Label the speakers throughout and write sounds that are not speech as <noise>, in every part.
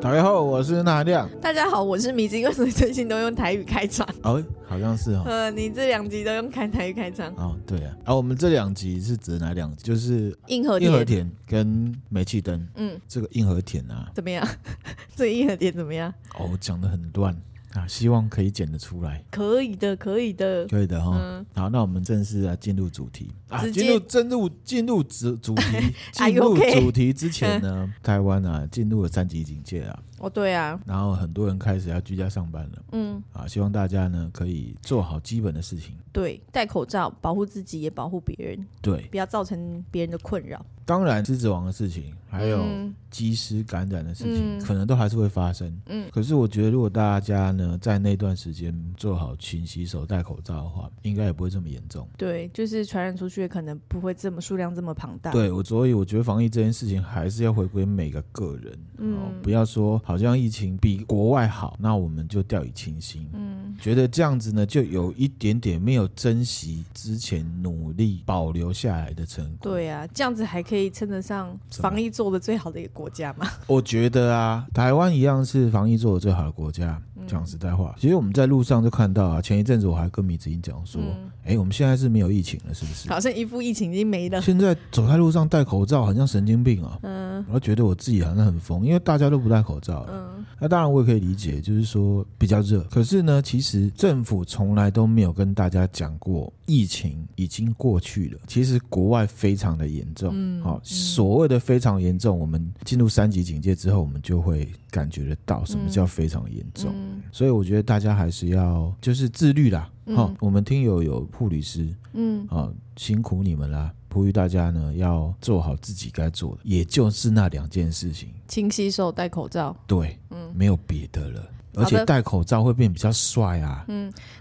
Speaker 1: 大家好，我是那含亮。
Speaker 2: 大家好，我是米津，为什么最近都用台语开场？
Speaker 1: 哦，好像是哦。
Speaker 2: 呃，你这两集都用开台语开场，
Speaker 1: 哦，对啊。啊，我们这两集是指哪两集？就是
Speaker 2: 硬核
Speaker 1: 硬核
Speaker 2: 点，
Speaker 1: 田跟煤气灯。
Speaker 2: 嗯，
Speaker 1: 这个硬核田啊，
Speaker 2: 怎么样？ <laughs> 这个硬核点怎么样？
Speaker 1: 哦，我讲的很乱啊，希望可以剪得出来。
Speaker 2: 可以的，可以的。
Speaker 1: 可以的哈。
Speaker 2: 嗯
Speaker 1: 好，那我们正式来进入主题啊，
Speaker 2: 直接
Speaker 1: 进入进入进入主主
Speaker 2: <laughs>
Speaker 1: 题，
Speaker 2: Are
Speaker 1: 进
Speaker 2: you
Speaker 1: 入
Speaker 2: okay？
Speaker 1: 主题之前
Speaker 2: 嗯
Speaker 1: 呢，台湾啊进入了三级警戒啊，
Speaker 2: 哦，对啊，
Speaker 1: 然后很多人开始要居家上班了。
Speaker 2: 嗯，
Speaker 1: 啊，希望大家呢可以做好基本的事情。
Speaker 2: 对，戴口罩保护自己，也保护别人，
Speaker 1: 对，
Speaker 2: 不要造成别人的困扰。
Speaker 1: 当然狮子王的事情，还有
Speaker 2: 嗯
Speaker 1: 机师感染的事情，
Speaker 2: 嗯
Speaker 1: 可能都还是会发生。
Speaker 2: 嗯，
Speaker 1: 可是我觉得，如果大家呢在那段时间做好勤洗手、戴口罩的话，应该也不会这么严重。
Speaker 2: 对，就是传染出去，可能不会这么数量这么庞大。，
Speaker 1: 对我，所以我觉得防疫这件事情还是要回归每个个人，
Speaker 2: 嗯
Speaker 1: 哦不要说好像疫情比国外好，那我们就掉以轻心。
Speaker 2: 嗯，
Speaker 1: 觉得这样子呢，就有一点点没有珍惜之前努力保留下来的成果。
Speaker 2: 对啊，这样子还可以称得上
Speaker 1: 什么
Speaker 2: 防疫做的最好的一个国家嘛？
Speaker 1: 我觉得啊，台湾一样是防疫做的最好的国家。
Speaker 2: 嗯
Speaker 1: 讲实在话，其实我们在路上就看到啊，前一阵子我还跟米子英讲说，
Speaker 2: 嗯
Speaker 1: 哎、我们现在是没有疫情了，是不是？
Speaker 2: 好像一副疫情已经没了。
Speaker 1: 现在走在路上戴口罩，好像神经病啊！
Speaker 2: 嗯
Speaker 1: 我觉得我自己好像很疯，因为大家都不戴口罩了。
Speaker 2: 嗯，
Speaker 1: 那当然，我也可以理解，就是说比较热。可是呢，其实政府从来都没有跟大家讲过，疫情已经过去了。其实国外非常的严重，
Speaker 2: 嗯
Speaker 1: 好、
Speaker 2: 嗯
Speaker 1: 所谓的非常严重，我们进入三级警戒之后，我们就会感觉得到什么叫非常严重。
Speaker 2: 嗯
Speaker 1: 所以我觉得大家还是要就是自律啦。
Speaker 2: 嗯
Speaker 1: 好、我们听友有护理师
Speaker 2: 嗯，
Speaker 1: 啊、辛苦你们啦！呼吁大家呢要做好自己该做的，也就是那两件事情。
Speaker 2: 勤洗手，戴口罩。
Speaker 1: 对，
Speaker 2: 嗯
Speaker 1: 没有别的了。
Speaker 2: 好的
Speaker 1: 而且戴口罩会变比较帅啊！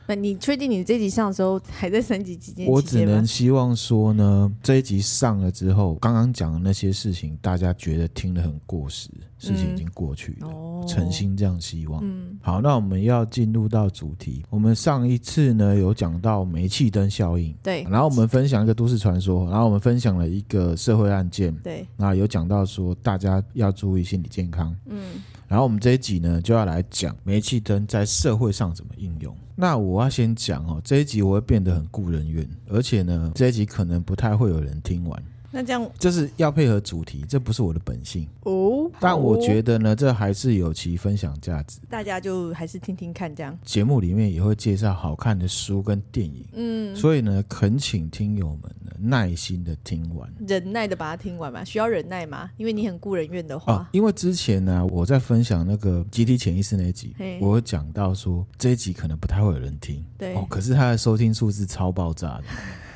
Speaker 2: 那你确定你这集上的时候还在三级期间？
Speaker 1: 我只能希望说呢，这一集上了之后，刚刚讲的那些事情，大家觉得听得很过时，事情已经过去了，
Speaker 2: 哦，
Speaker 1: 诚。心这样希望。
Speaker 2: 嗯
Speaker 1: 好，那我们要进入到主题。我们上一次呢有讲到煤气灯效应，
Speaker 2: 对
Speaker 1: 然后我们分享一个都市传说，然后我们分享了一个社会案件，
Speaker 2: 对，
Speaker 1: 那有讲到说大家要注意心理健康。
Speaker 2: 嗯
Speaker 1: 然后我们这一集呢，就要来讲煤气灯在社会上怎么应用。那我要先讲哦，这一集我会变得很故人怨，而且呢，这一集可能不太会有人听完，
Speaker 2: 那这样
Speaker 1: 这是要配合主题，这不是我的本性。
Speaker 2: 哦，
Speaker 1: 但我
Speaker 2: 得
Speaker 1: 觉得呢，这还是有其分享价值。
Speaker 2: 大家就还是听听看这样。
Speaker 1: 节目里面也会介绍好看的书跟电影，
Speaker 2: 嗯，
Speaker 1: 所以呢，恳请听友们呢耐心的听完。
Speaker 2: 忍耐的把它听完嘛，需要忍耐嘛，因为你很顾人怨的
Speaker 1: 哦
Speaker 2: 话，，
Speaker 1: 因为之前呢、我在分享那个集体潜意识那一集
Speaker 2: 嘿，
Speaker 1: 我有讲到说这一集可能不太会有人听，
Speaker 2: 对
Speaker 1: 哦，可是它的收听数是超爆
Speaker 2: <laughs>
Speaker 1: 炸的。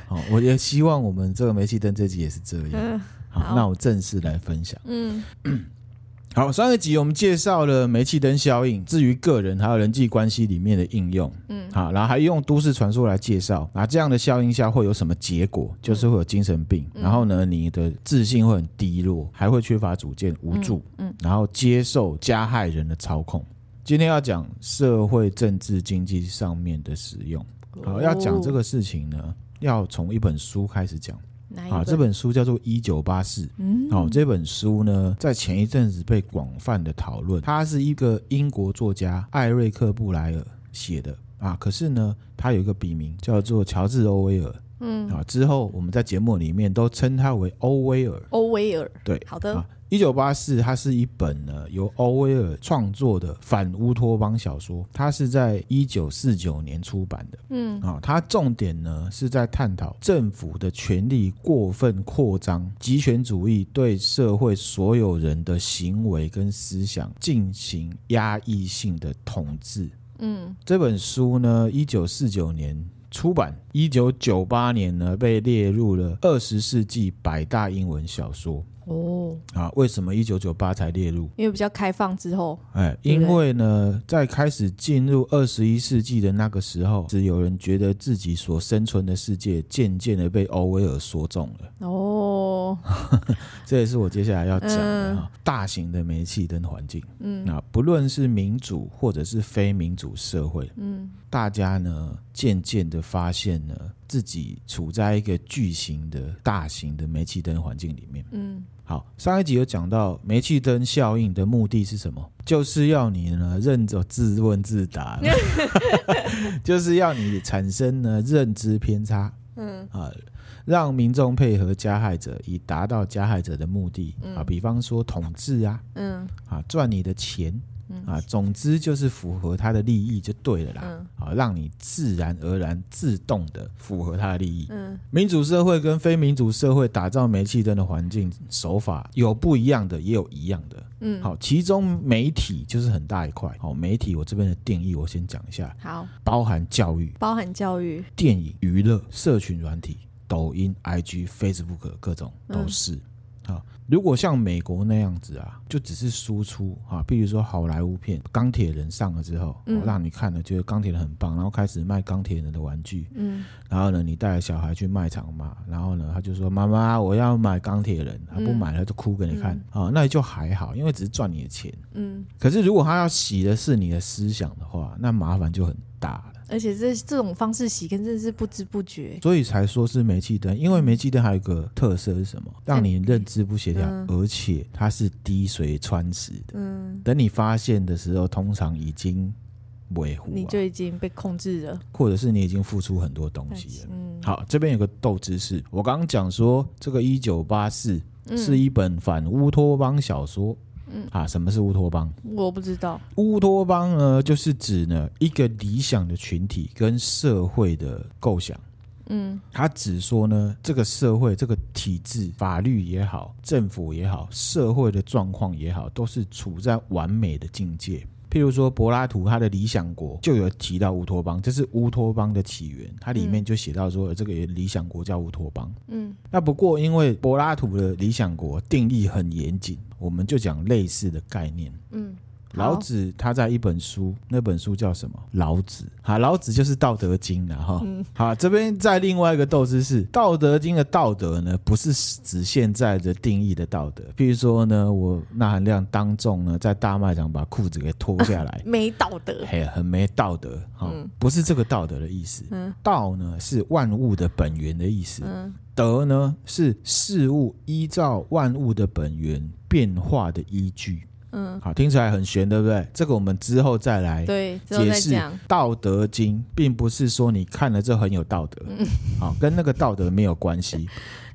Speaker 1: 哦，我也希望我们这个煤气灯这集也是这样。
Speaker 2: 嗯
Speaker 1: 好，
Speaker 2: 好
Speaker 1: 那我正式来分享。
Speaker 2: 嗯
Speaker 1: 好，上一集我们介绍了煤气灯效应，至于个人还有人际关系里面的应用，
Speaker 2: 嗯
Speaker 1: 好，然后还用都市传说来介绍，啊，这样的效应下会有什么结果？就是会有精神病，
Speaker 2: 嗯
Speaker 1: 然后呢，你的自信会很低落，还会缺乏主见、无助，
Speaker 2: 嗯嗯
Speaker 1: 然后接受加害人的操控。今天要讲社会、政治、经济上面的使用。
Speaker 2: 哦
Speaker 1: 好，要讲这个事情呢，要从一本书开始讲。
Speaker 2: 哪一
Speaker 1: 啊，
Speaker 2: 本？
Speaker 1: 这本书叫做《一九八四》。
Speaker 2: 嗯
Speaker 1: 好、哦这本书呢，在前一阵子被广泛的讨论。它是一个英国作家艾瑞克·布莱尔写的啊，可是呢，他有一个笔名叫做乔治·欧威尔
Speaker 2: 嗯，
Speaker 1: 啊。之后我们在节目里面都称他为欧威尔。
Speaker 2: 欧威尔。
Speaker 1: 对，
Speaker 2: 好的
Speaker 1: 啊，一九八四，它是一本呢由欧威尔创作的反乌托邦小说，它是在一九四九年出版的。
Speaker 2: 嗯
Speaker 1: 啊、它重点呢是在探讨政府的权力过分扩张、集权主义对社会所有人的行为跟思想进行压抑性的统治。
Speaker 2: 嗯
Speaker 1: 这本书呢，一九四九年出版，一九九八年呢被列入了二十世纪百大英文小说。
Speaker 2: 哦，
Speaker 1: 啊，为什么一九九八才列入？
Speaker 2: 因为比较开放之后，
Speaker 1: 哎，
Speaker 2: 对不
Speaker 1: 因
Speaker 2: 对
Speaker 1: 为呢，在开始进入二十一世纪的那个时候，是有人觉得自己所生存的世界渐渐的被欧威尔说中了。
Speaker 2: 哦，哦，
Speaker 1: 这也是我接下来要讲的、
Speaker 2: 嗯
Speaker 1: 啊大型的煤气灯环境。
Speaker 2: 嗯
Speaker 1: 那不论是民主或者是非民主社会，
Speaker 2: 嗯
Speaker 1: 大家呢渐渐的发现呢，自己处在一个巨型的大型的煤气灯环境里面。
Speaker 2: 嗯
Speaker 1: 好，上一集有讲到煤气灯效应的目的是什么？就是要你呢认着自问自
Speaker 2: <laughs>
Speaker 1: 答， <laughs> 就是要你产生呢认知偏差
Speaker 2: 嗯
Speaker 1: 啊，让民众配合加害者，以达到加害者的目的啊。比方说统治啊，
Speaker 2: 嗯
Speaker 1: 啊赚你的钱
Speaker 2: 嗯
Speaker 1: 啊，总之就是符合他的利益就对了啦。
Speaker 2: 嗯
Speaker 1: 啊，让你自然而然自动的符合他的利益。
Speaker 2: 嗯
Speaker 1: 民主社会跟非民主社会打造煤气灯的环境手法有不一样的，也有一样的。
Speaker 2: 嗯，
Speaker 1: 好，其中媒体就是很大一块。好，媒体我这边的定义我先讲一下，
Speaker 2: 好，
Speaker 1: 包含教育、
Speaker 2: 包含教育，
Speaker 1: 电影、娱乐、社群软体、抖音、IG、Facebook 各种都是。
Speaker 2: 嗯
Speaker 1: 好，如果像美国那样子啊，就只是输出啊，譬如说好莱坞片《钢铁人》上了之后，
Speaker 2: 嗯
Speaker 1: 我让你看了觉得钢铁人很棒，然后开始卖钢铁人的玩具，
Speaker 2: 嗯
Speaker 1: 然后呢，你带着小孩去卖场嘛，然后呢，他就说：“妈妈，我要买钢铁人。”他
Speaker 2: 嗯
Speaker 1: 不买了就哭给你看啊、那就还好，因为只是赚你的钱。
Speaker 2: 嗯，
Speaker 1: 可是如果他要洗的是你的思想的话，那麻烦就很大了。
Speaker 2: 而且这这种方式洗跟真的是不知不觉，
Speaker 1: 所以才说是煤气灯，因为煤气灯还有一个特色是什么？让你认知不协调，
Speaker 2: 嗯
Speaker 1: 而且它是滴水穿石的。
Speaker 2: 嗯，
Speaker 1: 等你发现的时候，通常已经尾糊
Speaker 2: 你
Speaker 1: 啊，
Speaker 2: 就已经被控制了，
Speaker 1: 或者是你已经付出很多东西了。
Speaker 2: 嗯，
Speaker 1: 好，这边有个斗知识，我刚刚讲说这个一九八四
Speaker 2: 嗯
Speaker 1: 是一本反乌托邦小说。嗯啊，什么是乌托邦？
Speaker 2: 嗯我不知道，
Speaker 1: 乌托邦呢，就是指呢一个理想的群体跟社会的构想。
Speaker 2: 嗯
Speaker 1: 它只说呢，这个社会、这个体制、法律也好，政府也好，社会的状况也好，都是处在完美的境界。譬如说，柏拉图他的《理想国》就有提到乌托邦，这是乌托邦的起源。它里面就写到说，呃这个理想国叫乌托邦。
Speaker 2: 嗯
Speaker 1: 那不过，因为柏拉图的《理想国》定义很严谨，我们就讲类似的概念。
Speaker 2: 嗯，
Speaker 1: 老
Speaker 2: 好，
Speaker 1: 子他在一本书，那本书叫什么？老子。好，老子就是《道德经》了哈。好，这边在另外一个斗知识，《道德经》的道德呢，不是指现在的定义的道德。譬如说呢，我那含量当众呢，在大卖场把裤子给脱下来
Speaker 2: <laughs> 没道德，
Speaker 1: 嘿，很没道德哈、不是这个道德的意思。
Speaker 2: 嗯
Speaker 1: 道呢是万物的本源的意思，
Speaker 2: 嗯
Speaker 1: 德呢是事物依照万物的本源变化的依据。
Speaker 2: 嗯，
Speaker 1: 好，听起来很玄，对不对？这个我们之后再来
Speaker 2: 对，之后
Speaker 1: 哎解
Speaker 2: 再
Speaker 1: 释
Speaker 2: 讲
Speaker 1: 《道德经》，并不是说你看了这很有道德，
Speaker 2: 嗯
Speaker 1: 好，跟那个道德没有关系。《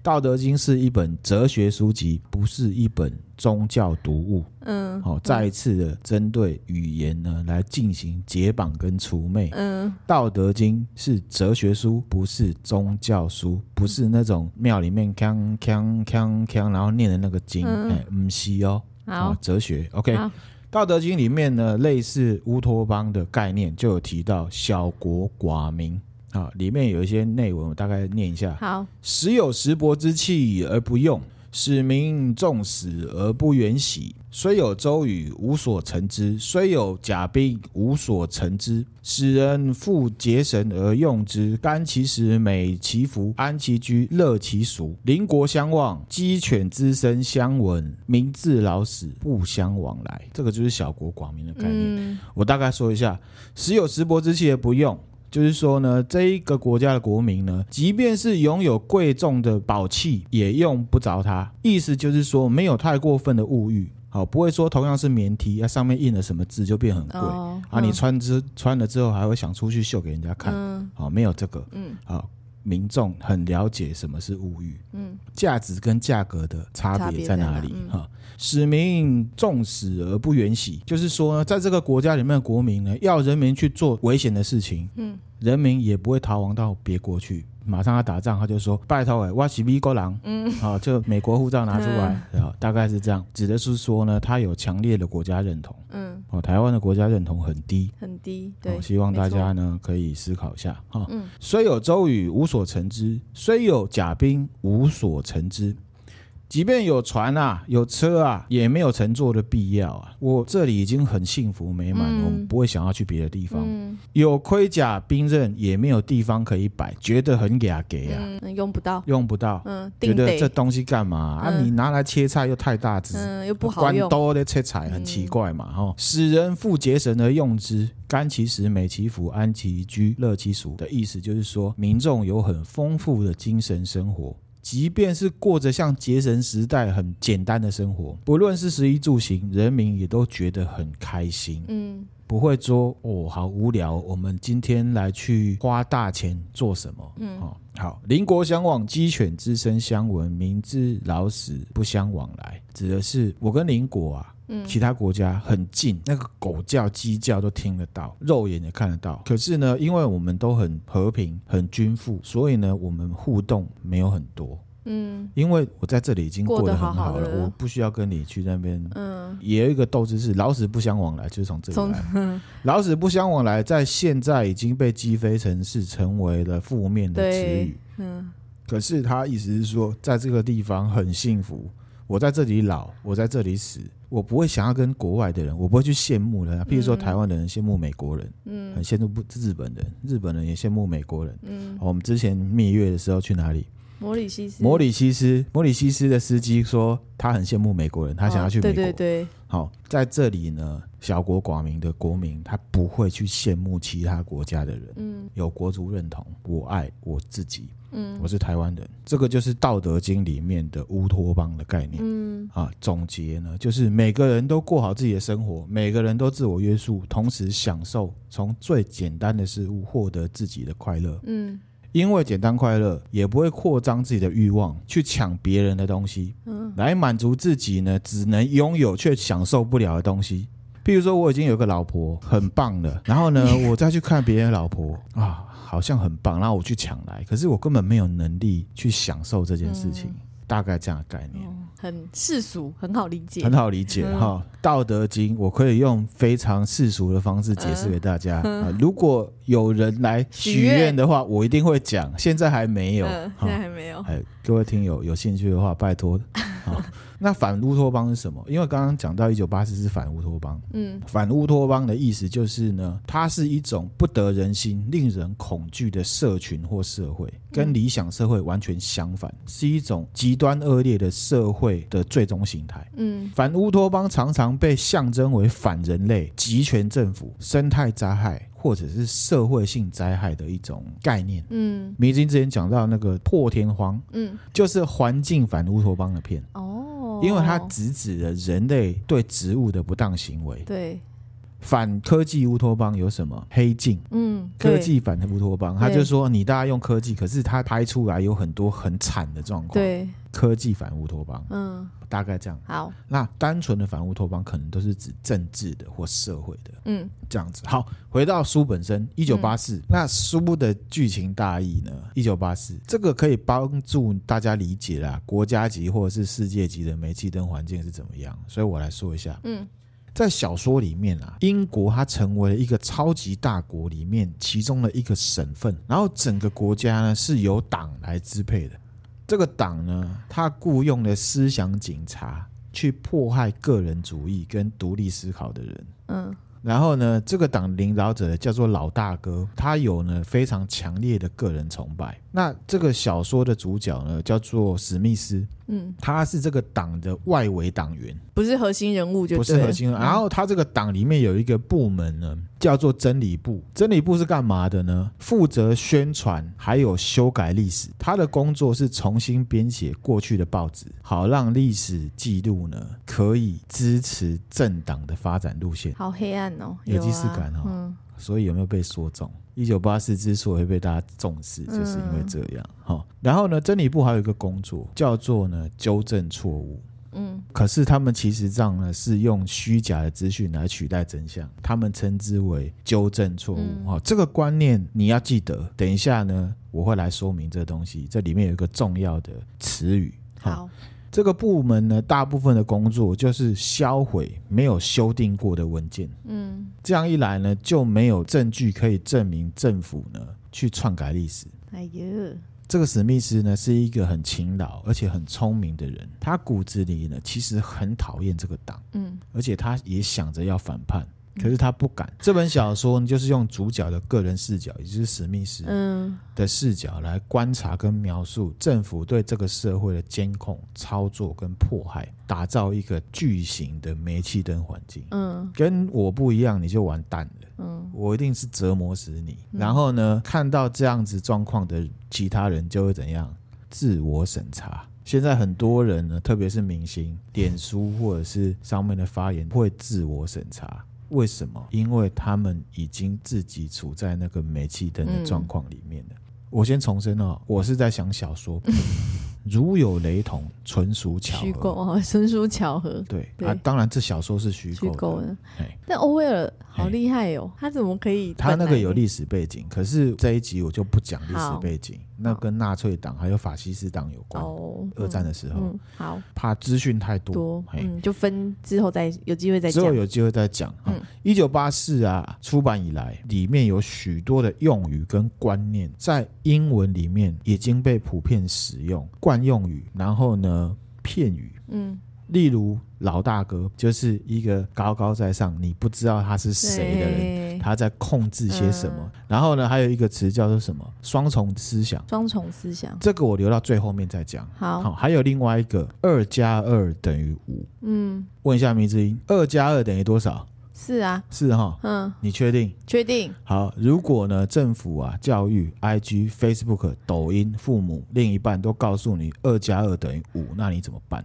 Speaker 1: 道德经》是一本哲学书籍，不是一本宗教读物。
Speaker 2: 嗯
Speaker 1: 好，再一次的针对语言呢来进行解绑跟除魅。
Speaker 2: 嗯
Speaker 1: 《道德经》是哲学书，不是宗教书，不是那种庙里面锵锵锵锵，然后念的那个经，
Speaker 2: 嗯
Speaker 1: 哎、嗯，不是哦，
Speaker 2: 好
Speaker 1: 啊，哲学，OK，《
Speaker 2: 好
Speaker 1: 道德经》里面呢，类似乌托邦的概念就有提到小国寡民啊，里面有一些内文，我大概念一下：
Speaker 2: 好，
Speaker 1: 时有石帛之气而不用，使民重死而不远徙。虽有周瑜，无所成之；虽有甲兵，无所成之。使人复结绳而用之，甘其食，美其服，安其居，乐其俗。邻国相望，鸡犬之声相闻，民至老死不相往来。这个就是小国寡民的概念。
Speaker 2: 嗯
Speaker 1: 我大概说一下，时有石帛之气而不用。就是说呢，这一个国家的国民呢，即便是拥有贵重的宝器，也用不着它。意思就是说，没有太过分的物欲，好，不会说同样是棉 T，啊、上面印了什么字就变很贵、
Speaker 2: 哦
Speaker 1: 啊。你
Speaker 2: 嗯
Speaker 1: 穿之穿了之后，还会想出去秀给人家看，
Speaker 2: 嗯
Speaker 1: 好，哦没有这个，
Speaker 2: 嗯，
Speaker 1: 好，民众很了解什么是物欲，
Speaker 2: 嗯，
Speaker 1: 价值跟价格的差
Speaker 2: 差
Speaker 1: 别
Speaker 2: 别
Speaker 1: 在
Speaker 2: 在
Speaker 1: 哪
Speaker 2: 哪
Speaker 1: 里
Speaker 2: 嗯？
Speaker 1: 哈、使民重死而不远徙，就是说呢，在这个国家里面的国民呢，要人民去做危险的事情，
Speaker 2: 嗯，
Speaker 1: 人民也不会逃亡到别国去。马上要打仗，他就说：“拜托哎，我是美国人。”嗯，啊，就美国护照拿出来，
Speaker 2: 嗯
Speaker 1: 啊，大概是这样，指的是说呢，他有强烈的国家认同。
Speaker 2: 嗯，
Speaker 1: 哦，台湾的国家认同很低，
Speaker 2: 很低，
Speaker 1: 好，
Speaker 2: 对，
Speaker 1: 希望
Speaker 2: 没
Speaker 1: 大
Speaker 2: 错
Speaker 1: 家呢可以思考一下哈。
Speaker 2: 嗯
Speaker 1: 虽有周瑜，无所成之；虽有甲兵，无所成之。即便有船啊，有车啊，也没有乘坐的必要啊。我这里已经很幸福美满了，
Speaker 2: 嗯
Speaker 1: 我们不会想要去别的地方。
Speaker 2: 嗯嗯
Speaker 1: 有盔甲兵刃也没有地方可以摆，觉得很给啊给啊，
Speaker 2: 嗯，用不到，
Speaker 1: 用不到，
Speaker 2: 嗯，
Speaker 1: 觉
Speaker 2: 定
Speaker 1: 得这
Speaker 2: 得，
Speaker 1: 东西干嘛啊？
Speaker 2: 嗯
Speaker 1: 你拿来切菜又太大只，
Speaker 2: 嗯，又不好
Speaker 1: 关
Speaker 2: 用，嗯
Speaker 1: 刀的切菜很奇怪嘛，哈、使人复结绳而用之，甘其食，美其服，安其居，乐其俗的意思就是说，民众有很丰富的精神生活。即便是过着像结绳时代很简单的生活，不论是食衣住行，人民也都觉得很开心，
Speaker 2: 嗯
Speaker 1: 不会说哦好无聊，我们今天来去花大钱做什么？嗯，哦、好，邻国相望，鸡犬之声相闻，民之老死不相往来，指的是我跟邻国啊。
Speaker 2: 嗯
Speaker 1: 其他国家很近，那个狗叫、鸡叫都听得到，肉眼也看得到。可是呢，因为我们都很和平、很均富，所以呢，我们互动没有很多。
Speaker 2: 嗯
Speaker 1: 因为我在这里已经
Speaker 2: 过
Speaker 1: 过
Speaker 2: 得
Speaker 1: 得很
Speaker 2: 好好
Speaker 1: 好了，
Speaker 2: 的
Speaker 1: 我不需要跟你去那边。
Speaker 2: 嗯，
Speaker 1: 也有一个斗志是老死不相往来，就是从这里
Speaker 2: 从
Speaker 1: 来。 <laughs> 老死不相往来，在现在已经被击飞城市成为了负面的词语
Speaker 2: 对。，嗯
Speaker 1: 可是他意思是说，在这个地方很幸福，我在这里老，我在这里死，我不会想要跟国外的人，我不会去羡慕人啊。譬如说，
Speaker 2: 嗯
Speaker 1: 台湾的人羡慕美国人，
Speaker 2: 嗯
Speaker 1: 很羡慕不日本人，日本人也羡慕美国人。哦
Speaker 2: 嗯，
Speaker 1: 我们之前蜜月的时候去哪里？
Speaker 2: 摩里西斯，
Speaker 1: 摩里西斯，摩里西斯的司机说他很羡慕美国人，他想要去
Speaker 2: 哦
Speaker 1: 美国。
Speaker 2: 对对对，
Speaker 1: 好，在这里呢，小国寡民的国民，他不会去羡慕其他国家的人，
Speaker 2: 嗯
Speaker 1: 有国族认同，我爱我自己，
Speaker 2: 嗯
Speaker 1: 我是台湾人，这个就是《道德经》里面的乌托邦的概念。
Speaker 2: 嗯
Speaker 1: 啊，总结呢，就是每个人都过好自己的生活，每个人都自我约束，同时享受从最简单的事物获得自己的快乐。
Speaker 2: 嗯
Speaker 1: 因为简单快乐，也不会扩张自己的欲望，去抢别人的东西，
Speaker 2: 嗯
Speaker 1: 来满足自己呢，只能拥有却享受不了的东西。譬如说，我已经有个老婆很棒了，然后
Speaker 2: <laughs>
Speaker 1: 呢，我再去看别人的老婆啊，好像很棒，然后我去抢来，可是我根本没有能力去享受这件事情，
Speaker 2: 嗯
Speaker 1: 大概这样的概念。
Speaker 2: 哦，很世俗，很好理解
Speaker 1: 很，好理解
Speaker 2: 嗯
Speaker 1: 哈，道德经》我可以用非常世俗的方式解释给大家。啊如果有人来许
Speaker 2: 嗯许愿
Speaker 1: 愿的话，我一定会讲。现在还没有，
Speaker 2: 嗯，
Speaker 1: 哈
Speaker 2: 现在还没有，
Speaker 1: 哎，各位听友有兴趣的话，拜
Speaker 2: <laughs>
Speaker 1: 托。好，那反乌托邦是什么？因为刚刚讲到一九八四是反乌托邦，
Speaker 2: 嗯
Speaker 1: 反乌托邦的意思就是呢，它是一种不得人心、令人恐惧的社群或社会，
Speaker 2: 嗯
Speaker 1: 跟理想社会完全相反，是一种极端恶劣的社会的最终形态。
Speaker 2: 嗯
Speaker 1: 反乌托邦常常被象征为反人类、集权政府、生态灾害或者是社会性灾害的一种概念。
Speaker 2: 嗯
Speaker 1: 迷津之前讲到那个破天荒，
Speaker 2: 嗯，
Speaker 1: 就是环境反乌托邦的片，
Speaker 2: 哦，
Speaker 1: 因为它直指了人类对植物的不当行为。
Speaker 2: 对，
Speaker 1: 反科技乌托邦有什么？黑镜。
Speaker 2: 嗯，
Speaker 1: 科
Speaker 2: 对
Speaker 1: 技反乌托邦，他就说你大家用科技，可是他拍出来有很多很惨的状况。
Speaker 2: 对，
Speaker 1: 科技反乌托邦
Speaker 2: 嗯，
Speaker 1: 大概这样。
Speaker 2: 好，
Speaker 1: 那单纯的反乌托邦可能都是指政治的或社会的
Speaker 2: 嗯
Speaker 1: 这样子。嗯好，回到书本身，一九八四。那书的剧情大意呢？一九八四这个可以帮助大家理解啦，国家级或者是世界级的煤气灯环境是怎么样。所以我来说一下，
Speaker 2: 嗯
Speaker 1: 在小说里面啊，英国它成为了一个超级大国里面其中的一个省份，然后整个国家呢是由党来支配的。这个党呢，它雇佣了思想警察去迫害个人主义跟独立思考的人。
Speaker 2: 嗯
Speaker 1: 然后呢，这个党领导者叫做老大哥，他有呢非常强烈的个人崇拜。那这个小说的主角呢叫做史密斯，
Speaker 2: 嗯，
Speaker 1: 他是这个党的外围党员。
Speaker 2: 不是核心人物就
Speaker 1: 不是
Speaker 2: 对了嗯
Speaker 1: 核心。然后他这个党里面有一个部门呢，叫做真理部。真理部是干嘛的呢？负责宣传还有修改历史。他的工作是重新编写过去的报纸，好让历史记录呢可以支持政党的发展路线。
Speaker 2: 好黑暗哦，
Speaker 1: 有
Speaker 2: 啊
Speaker 1: 既视感哦
Speaker 2: 嗯
Speaker 1: 所以有没有被说中？一九八四之所以被大家重视，
Speaker 2: 嗯
Speaker 1: 就是因为这样。好、然后呢，真理部还有一个工作叫做呢纠正错误。
Speaker 2: 嗯
Speaker 1: 可是他们其实上呢是用虚假的资讯来取代真相，他们称之为纠正错误。
Speaker 2: 嗯
Speaker 1: 哦，这个观念你要记得。等一下呢，我会来说明这个东西，这里面有一个重要的词语。哦
Speaker 2: 好，
Speaker 1: 这个部门呢，大部分的工作就是销毁没有修订过的文件。
Speaker 2: 嗯
Speaker 1: 这样一来呢，就没有证据可以证明政府呢去篡改历史。
Speaker 2: 哎呦，
Speaker 1: 这个史密斯呢是一个很勤劳而且很聪明的人，他骨子里呢其实很讨厌这个党。
Speaker 2: 嗯
Speaker 1: 而且他也想着要反叛。可是他不敢。这本小说呢就是用主角的个人视角，也就是史密斯
Speaker 2: 嗯
Speaker 1: 的视角来观察跟描述政府对这个社会的监控、操作跟迫害，打造一个巨型的煤气灯环境。
Speaker 2: 嗯
Speaker 1: 跟我不一样，你就完蛋了。
Speaker 2: 嗯
Speaker 1: 我一定是折磨死你。然后呢，看到这样子状况的其他人就会怎样？自我审查。现在很多人呢，特别是明
Speaker 2: <laughs>
Speaker 1: 星，脸书或者是上面的发言会自我审查。为什么？因为他们已经自己处在那个煤气灯的状况里面
Speaker 2: 嗯
Speaker 1: 了。我先重申哦，我是在想小说，
Speaker 2: <laughs>
Speaker 1: 如有雷同，纯属巧
Speaker 2: 虚构
Speaker 1: 合。
Speaker 2: 哦， <laughs> 纯属巧合，
Speaker 1: 对
Speaker 2: 对
Speaker 1: 啊，当然这小说是虚
Speaker 2: 虚
Speaker 1: 构的，
Speaker 2: 构的
Speaker 1: 哎。
Speaker 2: 但欧威尔好
Speaker 1: 哎
Speaker 2: 厉害哦，他怎么可以？
Speaker 1: 他那个有，历史背景，可是这一集我就不讲历史
Speaker 2: 好
Speaker 1: 背景，那
Speaker 2: 好
Speaker 1: 跟纳粹党还有法西斯党有关。
Speaker 2: 哦，
Speaker 1: 二战的时候，
Speaker 2: 嗯，好
Speaker 1: 怕资讯太多，
Speaker 2: 多，
Speaker 1: 嘿
Speaker 2: 嗯，就分之后再有机会再
Speaker 1: 之
Speaker 2: 讲
Speaker 1: 后。有机会再讲。
Speaker 2: 嗯
Speaker 1: 一九八四啊出版以来，里面有许多的用语跟观念，在英文里面已经被普遍使用，惯用语，然后呢片语，
Speaker 2: 嗯，
Speaker 1: 例如老大哥就是一个高高在上，你不知道他是谁的人。
Speaker 2: 对
Speaker 1: 他在控制些什么。
Speaker 2: 嗯
Speaker 1: 然后呢，还有一个词叫做什么？双重思想。
Speaker 2: 双重思想。
Speaker 1: 这个我留到最后面再讲。
Speaker 2: 好，
Speaker 1: 还有另外一个，二加二等于五。
Speaker 2: 嗯，
Speaker 1: 问一下迷之音，二加二等于多少？
Speaker 2: 是啊，
Speaker 1: 是哈？
Speaker 2: 嗯，
Speaker 1: 你确定？
Speaker 2: 确定，
Speaker 1: 好，如果呢，政府啊、教育、IG、Facebook、抖音、父母、另一半都告诉你二加二等于五，那你怎么办？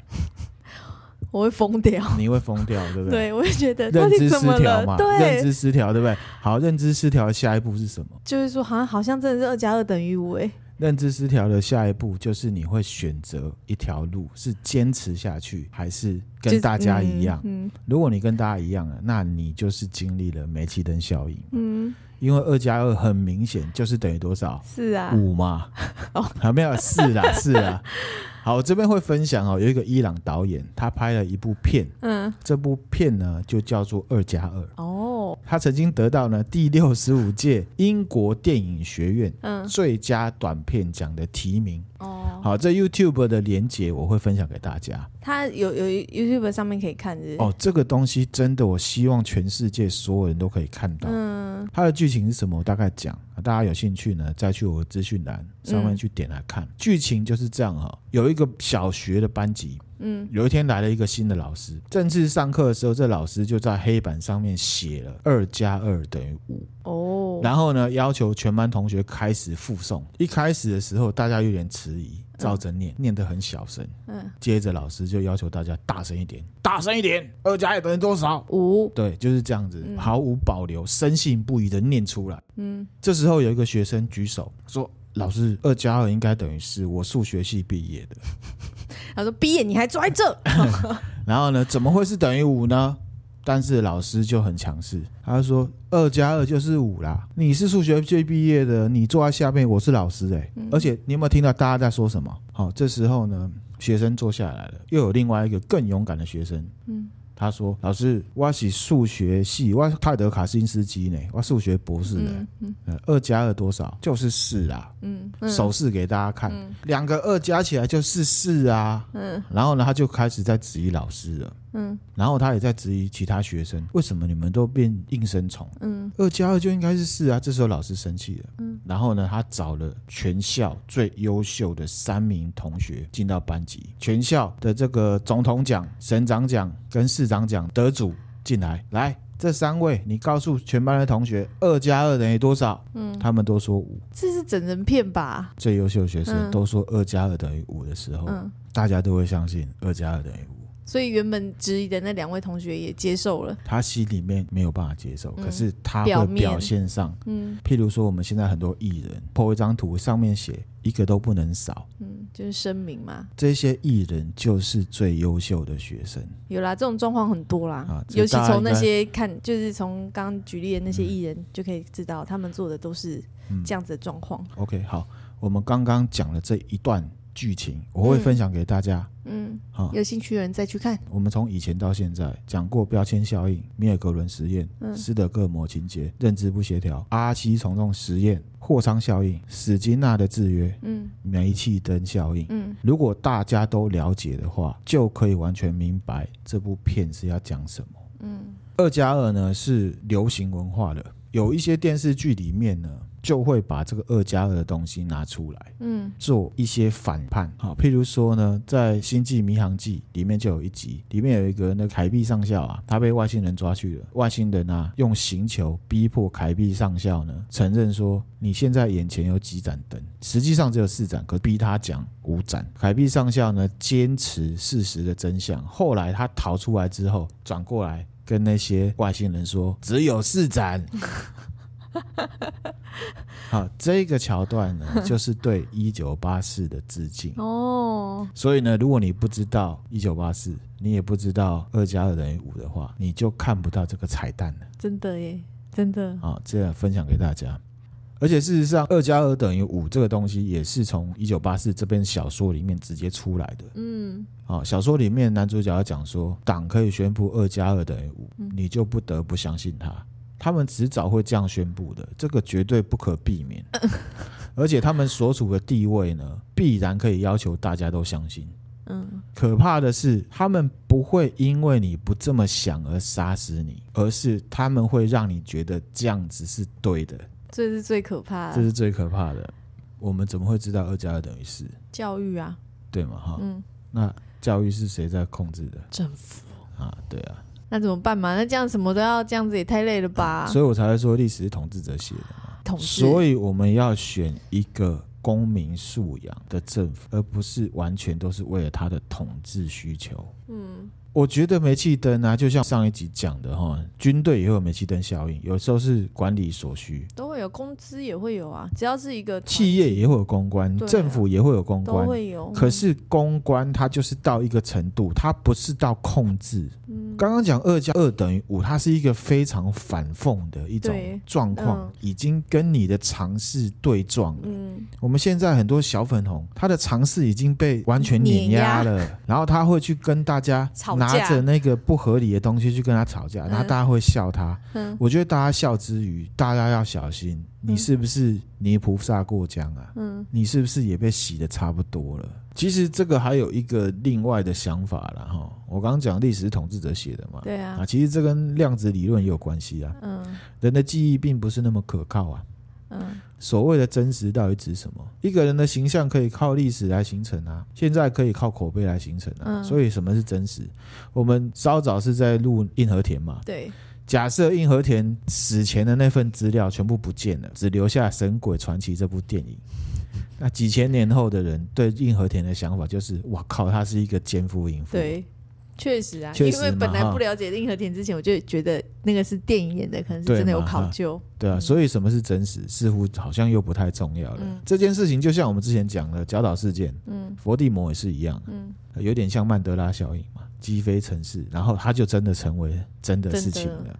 Speaker 2: 我会疯掉。
Speaker 1: 你会疯掉，对不对？
Speaker 2: <laughs> 对，我也觉得到
Speaker 1: 认
Speaker 2: 底
Speaker 1: 知
Speaker 2: 怎么
Speaker 1: 失调嘛认
Speaker 2: 了？，对，
Speaker 1: 知失调，对不对？好，认知失调的下一步是什么？
Speaker 2: 就是说，好像好像真的是二加二等于五，哎，
Speaker 1: 认知失调的下一步就是你会选择一条路，是坚持下去，还是
Speaker 2: 就
Speaker 1: 跟
Speaker 2: 是
Speaker 1: 大家一样？
Speaker 2: 嗯
Speaker 1: 如果你跟大家一样了，那你就是经历了煤气灯效应，
Speaker 2: 嗯，嗯
Speaker 1: 因为二加二很明显就是等于多少？
Speaker 2: 是啊，
Speaker 1: 五嘛
Speaker 2: <laughs> 哦，
Speaker 1: 还没有是
Speaker 2: <laughs>
Speaker 1: 啦是啦。啊好，我这边会分享哦，有一个伊朗导演，他拍了一部片，
Speaker 2: 嗯，
Speaker 1: 这部片呢就叫做《二加二》，
Speaker 2: 哦，
Speaker 1: 他曾经得到呢第六十五届英国电影学院
Speaker 2: 嗯，
Speaker 1: 最佳短片奖的提名。
Speaker 2: 哦，
Speaker 1: 好，这 YouTube 的连接我会分享给大家。
Speaker 2: 他有有 YouTube 上面可以看是不是
Speaker 1: 哦，这个东西真的，我希望全世界所有人都可以看到。
Speaker 2: 嗯，
Speaker 1: 它的剧情是什么？我大概讲，大家有兴趣呢，再去我的资讯栏
Speaker 2: 嗯
Speaker 1: 上面去点来看。剧情就是这样哈、哦，有一个小学的班级，
Speaker 2: 嗯，
Speaker 1: 有一天来了一个新的老师，正式上课的时候，这老师就在黑板上面写了二加二等于五。
Speaker 2: 哦，
Speaker 1: 然后呢，要求全班同学开始附送。一开始的时候，大家有点迟疑，照着念，念得很小声。
Speaker 2: 嗯，
Speaker 1: 接着老师就要求大家大声一点，大声一点，二加一等于多少？
Speaker 2: 五，
Speaker 1: 对，就是这样子，
Speaker 2: 嗯
Speaker 1: 毫无保留、深信不疑的念出来。
Speaker 2: 嗯
Speaker 1: 这时候有一个学生举手说：“老师，二加二应该等于四，我数学系毕业的。
Speaker 2: 他说毕业你还坐在这，
Speaker 1: 然后呢，怎么会是等于五呢？”但是老师就很强势，他就说二加二就是五啦。你是数学系毕业的，你坐在下面，我是老师哎、
Speaker 2: 嗯
Speaker 1: 而且你有没有听到大家在说什么？好、这时候呢，学生坐下来了，又有另外一个更勇敢的学生，
Speaker 2: 嗯
Speaker 1: 他说：“老师，我是数学系，我是泰德卡辛斯基呢，我数学博士呢
Speaker 2: 嗯。嗯
Speaker 1: 呃二加二多少？就是四啊。
Speaker 2: 嗯嗯，
Speaker 1: 手势给大家看，
Speaker 2: 嗯
Speaker 1: 两个二加起来就是四啊。
Speaker 2: 嗯
Speaker 1: 然后呢，他就开始在质疑老师了，
Speaker 2: 嗯
Speaker 1: 然后他也在质疑其他学生，为什么你们都变应声虫？
Speaker 2: 嗯
Speaker 1: 二加二就应该是四啊！这时候老师生气了，然后呢，他找了全校最优秀的三名同学进到班级，全校的这个总统奖、省长奖跟市长奖得主进来，来这三位，你告诉全班的同学，二加二等于多少？
Speaker 2: 嗯，
Speaker 1: 他们都说五，
Speaker 2: 这是整人片吧？
Speaker 1: 最优秀的学生
Speaker 2: 嗯
Speaker 1: 都说二加二等于五的时候，
Speaker 2: 嗯，
Speaker 1: 大家都会相信二加二等于五。
Speaker 2: 所以原本质疑的那两位同学也接受了，
Speaker 1: 他心里面没有办法接受，
Speaker 2: 嗯
Speaker 1: 可是他
Speaker 2: 表
Speaker 1: 会
Speaker 2: 面
Speaker 1: 表现上
Speaker 2: 嗯
Speaker 1: 譬如说，我们现在很多艺人 po 一张图，上面写一个都不能少，
Speaker 2: 嗯，就是声明嘛。
Speaker 1: 这些艺人就是最优秀的学生。
Speaker 2: 有啦，这种状况很多啦，
Speaker 1: 啊这
Speaker 2: 尤其
Speaker 1: 大家
Speaker 2: 从
Speaker 1: 应该
Speaker 2: 那些看，就是从刚刚举例的那些艺人，就可以知道他们做的都是
Speaker 1: 嗯
Speaker 2: 这样子的状况。
Speaker 1: OK，好，我们刚刚讲了这一段剧情，我会
Speaker 2: 嗯
Speaker 1: 分享给大家。
Speaker 2: 嗯，
Speaker 1: 好、
Speaker 2: 有兴趣的人再去看。
Speaker 1: 我们从以前到现在讲过标签效应、米尔格伦实验、
Speaker 2: 嗯
Speaker 1: 斯德哥尔摩情节、认知不协调、阿西从众实验、霍昌效应、史金纳的制约、
Speaker 2: 嗯
Speaker 1: 煤气灯效应。
Speaker 2: 嗯
Speaker 1: 如果大家都了解的话，就可以完全明白这部片是要讲什么。
Speaker 2: 嗯
Speaker 1: 二加二呢是流行文化的，有一些电视剧里面呢就会把这个二加二的东西拿出来
Speaker 2: 嗯
Speaker 1: 做一些反叛。好，譬如说呢，在《星际迷航记》里面就有一集，里面有一个那凯碧上校啊，他被外星人抓去了，外星人啊用刑求逼迫凯碧上校呢承认说，你现在眼前有几盏灯，实际上只有四盏，可逼他讲五盏。凯碧上校呢坚持事实的真相，后来他逃出来之后，转过来。跟那些外星人说，只有四盏，好，这个桥段呢，就是对一九八四的致敬。
Speaker 2: 哦，
Speaker 1: 所以呢，如果你不知道一九八四，你也不知道二加二等于五的话，你就看不到这个彩蛋了。
Speaker 2: 真的耶，真的，
Speaker 1: 好，这样分享给大家。而且事实上，二加二等于五这个东西也是从一九八四这篇小说里面直接出来的。
Speaker 2: 嗯
Speaker 1: 啊，小说里面男主角要讲说，党可以宣布二加二等于五，你就不得不相信他。他们迟早会这样宣布的，这个绝对不可避免。而且他们所处的地位呢，必然可以要求大家都相信。
Speaker 2: 嗯
Speaker 1: 可怕的是，他们不会因为你不这么想而杀死你，而是他们会让你觉得这样子是对的，
Speaker 2: 这是最可怕
Speaker 1: 这
Speaker 2: 的
Speaker 1: 是最可怕的。我们怎么会知道二加二等于四？
Speaker 2: 教育啊，
Speaker 1: 对吗？哈，
Speaker 2: 嗯，
Speaker 1: 那教育是谁在控制的
Speaker 2: 政府。
Speaker 1: 啊？对啊。
Speaker 2: 那怎么办嘛？那这样什么都要这样子，也太累了吧？
Speaker 1: 所以我才会说历史是统治者写的嘛。
Speaker 2: 啊统治，
Speaker 1: 所以我们要选一个公民素养的政府，而不是完全都是为了他的统治需求。
Speaker 2: 嗯
Speaker 1: 我觉得煤气灯啊，就像上一集讲的哈，军队也会有煤气灯效应，有时候是管理所需，
Speaker 2: 都会有，工资也会有啊，只要是一个团
Speaker 1: 企业也会有公关，
Speaker 2: 对啊
Speaker 1: 政府也会有公
Speaker 2: 都
Speaker 1: 关。
Speaker 2: 会有。
Speaker 1: 可是公关它就是到一个程度，它不是到控制。
Speaker 2: 嗯，
Speaker 1: 刚刚讲二加二等于五，它是一个非常反讽的一种
Speaker 2: 对
Speaker 1: 状况，
Speaker 2: 嗯
Speaker 1: 已经跟你的尝试对撞了。
Speaker 2: 嗯
Speaker 1: 我们现在很多小粉红，他的尝试已经被完全碾压了，
Speaker 2: <laughs>
Speaker 1: 然后他会去跟大家
Speaker 2: 吵架
Speaker 1: 拿着那个不合理的东西去跟他吵架，
Speaker 2: 嗯
Speaker 1: 然后大家会笑他。
Speaker 2: 嗯
Speaker 1: 我觉得大家笑之余，大家要小心，你是不是泥菩萨过江啊？
Speaker 2: 嗯
Speaker 1: 你是不是也被洗的差不多了？其实这个还有一个另外的想法啦，哈。我刚刚讲历史是统治者写的嘛，
Speaker 2: 对啊
Speaker 1: 啊，其实这跟量子理论也有关系啊。
Speaker 2: 嗯
Speaker 1: 人的记忆并不是那么可靠啊。
Speaker 2: 嗯
Speaker 1: 所谓的真实到底指什么？一个人的形象可以靠历史来形成啊，现在可以靠口碑来形成啊。
Speaker 2: 嗯
Speaker 1: 所以什么是真实？我们稍早是在录硬和田嘛，
Speaker 2: 对，
Speaker 1: 假设硬和田死前的那份资料全部不见了，只留下《神鬼传奇》这部电影。那几千年后的人对硬和田的想法就是：哇靠，他是一个奸夫淫妇。
Speaker 2: 对，确实啊，
Speaker 1: 确
Speaker 2: 因
Speaker 1: 实
Speaker 2: 为本
Speaker 1: 嘛
Speaker 2: 来
Speaker 1: 哈
Speaker 2: 不了解令和田之前，我就觉得那个是电影演的，可能是
Speaker 1: 对
Speaker 2: 真的有
Speaker 1: 嘛
Speaker 2: 考
Speaker 1: 哈
Speaker 2: 究。
Speaker 1: 对啊，
Speaker 2: 嗯
Speaker 1: 所以什么是真实，似乎好像又不太重要了。
Speaker 2: 嗯
Speaker 1: 这件事情就像我们之前讲的角岛事件，
Speaker 2: 嗯
Speaker 1: 佛地魔也是一样，
Speaker 2: 嗯，
Speaker 1: 有点像曼德拉效应嘛，击飞城市，然后它就真的成为真的事情
Speaker 2: 真
Speaker 1: 了。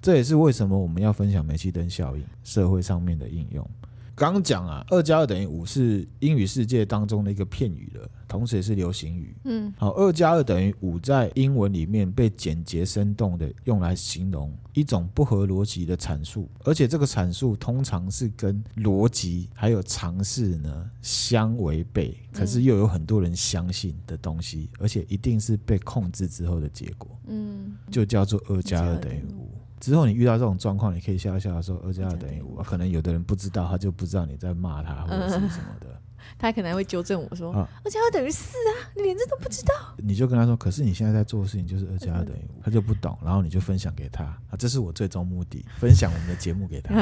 Speaker 1: 这也是为什么我们要分享煤气灯效应社会上面的应用。刚讲啊，二加二等于五是英语世界当中的一个片语了，同时也是流行语。
Speaker 2: 嗯
Speaker 1: 好，二加二等于五在英文里面被简洁生动的用来形容一种不合逻辑的阐述，而且这个阐述通常是跟逻辑还有尝试呢相违背，可是又有很多人相信的东西，而且一定是被控制之后的结果，
Speaker 2: 嗯，
Speaker 1: 就叫做二加二等于五。之后你遇到这种状况，你可以笑一笑说二加二等于五，啊可能有的人不知道，他就不知道你在骂他或者是什么的。
Speaker 2: 他可能还会纠正我说
Speaker 1: 啊，
Speaker 2: 而且要等于四啊，你连这都不知道。
Speaker 1: 你就跟他说，可是你现在在做的事情就是二加二等于五，他就不懂，然后你就分享给他啊，这是我最终目的，分享我们的节目给他。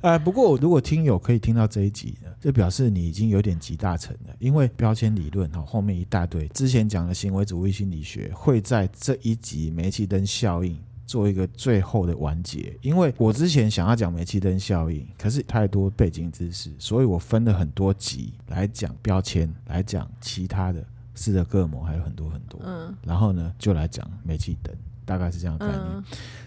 Speaker 1: 呃，不过如果听友可以听到这一集呢，就表示你已经有点集大成了，因为标签理论哈、后面一大堆之前讲的行为主义心理学会在这一集煤气灯效应。做一个最后的完结，因为我之前想要讲煤气灯效应，可是太多背景知识，所以我分了很多集来讲标签，来讲其他的，斯德哥尔摩还有很多很多。
Speaker 2: 嗯
Speaker 1: 然后呢，就来讲煤气灯，大概是这样的概念。
Speaker 2: 嗯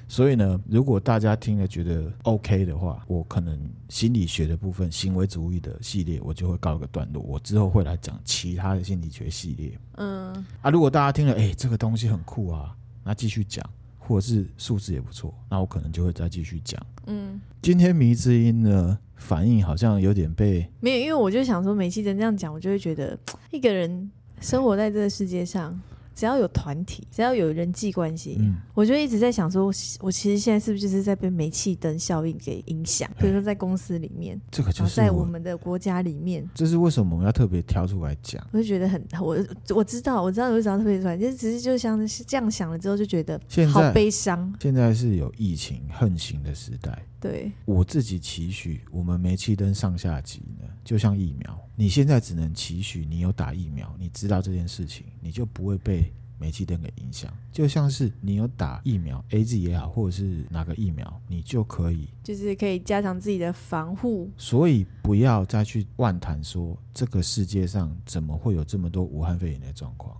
Speaker 1: 所以呢，如果大家听了觉得 OK 的话，我可能心理学的部分、行为主义的系列，我就会告一个段落。我之后会来讲其他的心理学系列
Speaker 2: 嗯
Speaker 1: 啊。如果大家听了，哎、这个东西很酷啊，那继续讲，或者是数字也不错，那我可能就会再继续讲。
Speaker 2: 嗯，
Speaker 1: 今天迷之音呢，反应好像有点被
Speaker 2: 没有，因为我就想说，煤气灯这样讲，我就会觉得一个人生活在这个世界上，只要有团体，只要有人际关系，
Speaker 1: 嗯
Speaker 2: 我就一直在想说，我我其实现在是不是就是在被煤气灯效应给影响？比如说在公司里面，
Speaker 1: 这个就
Speaker 2: 然后
Speaker 1: 是
Speaker 2: 在我
Speaker 1: 我，
Speaker 2: 们的国家里面，
Speaker 1: 这是为什么我们要特别挑出来讲。
Speaker 2: 我就觉得很我我知道我知道有一种特别团，就只是就像是这样想了之后就觉得
Speaker 1: 现在
Speaker 2: 好悲伤，
Speaker 1: 现在是有疫情横行的时代，
Speaker 2: 对，
Speaker 1: 我自己期许我们煤气灯上下级呢，就像疫苗，你现在只能期许你有打疫苗，你知道这件事情，你就不会被煤气灯给影响。就像是你有打疫苗，A Z 也好，或者是哪个疫苗，你就可以。
Speaker 2: 就是可以加强自己的防护，
Speaker 1: 所以不要再去妄谈说这个世界上怎么会有这么多武汉肺炎的状况。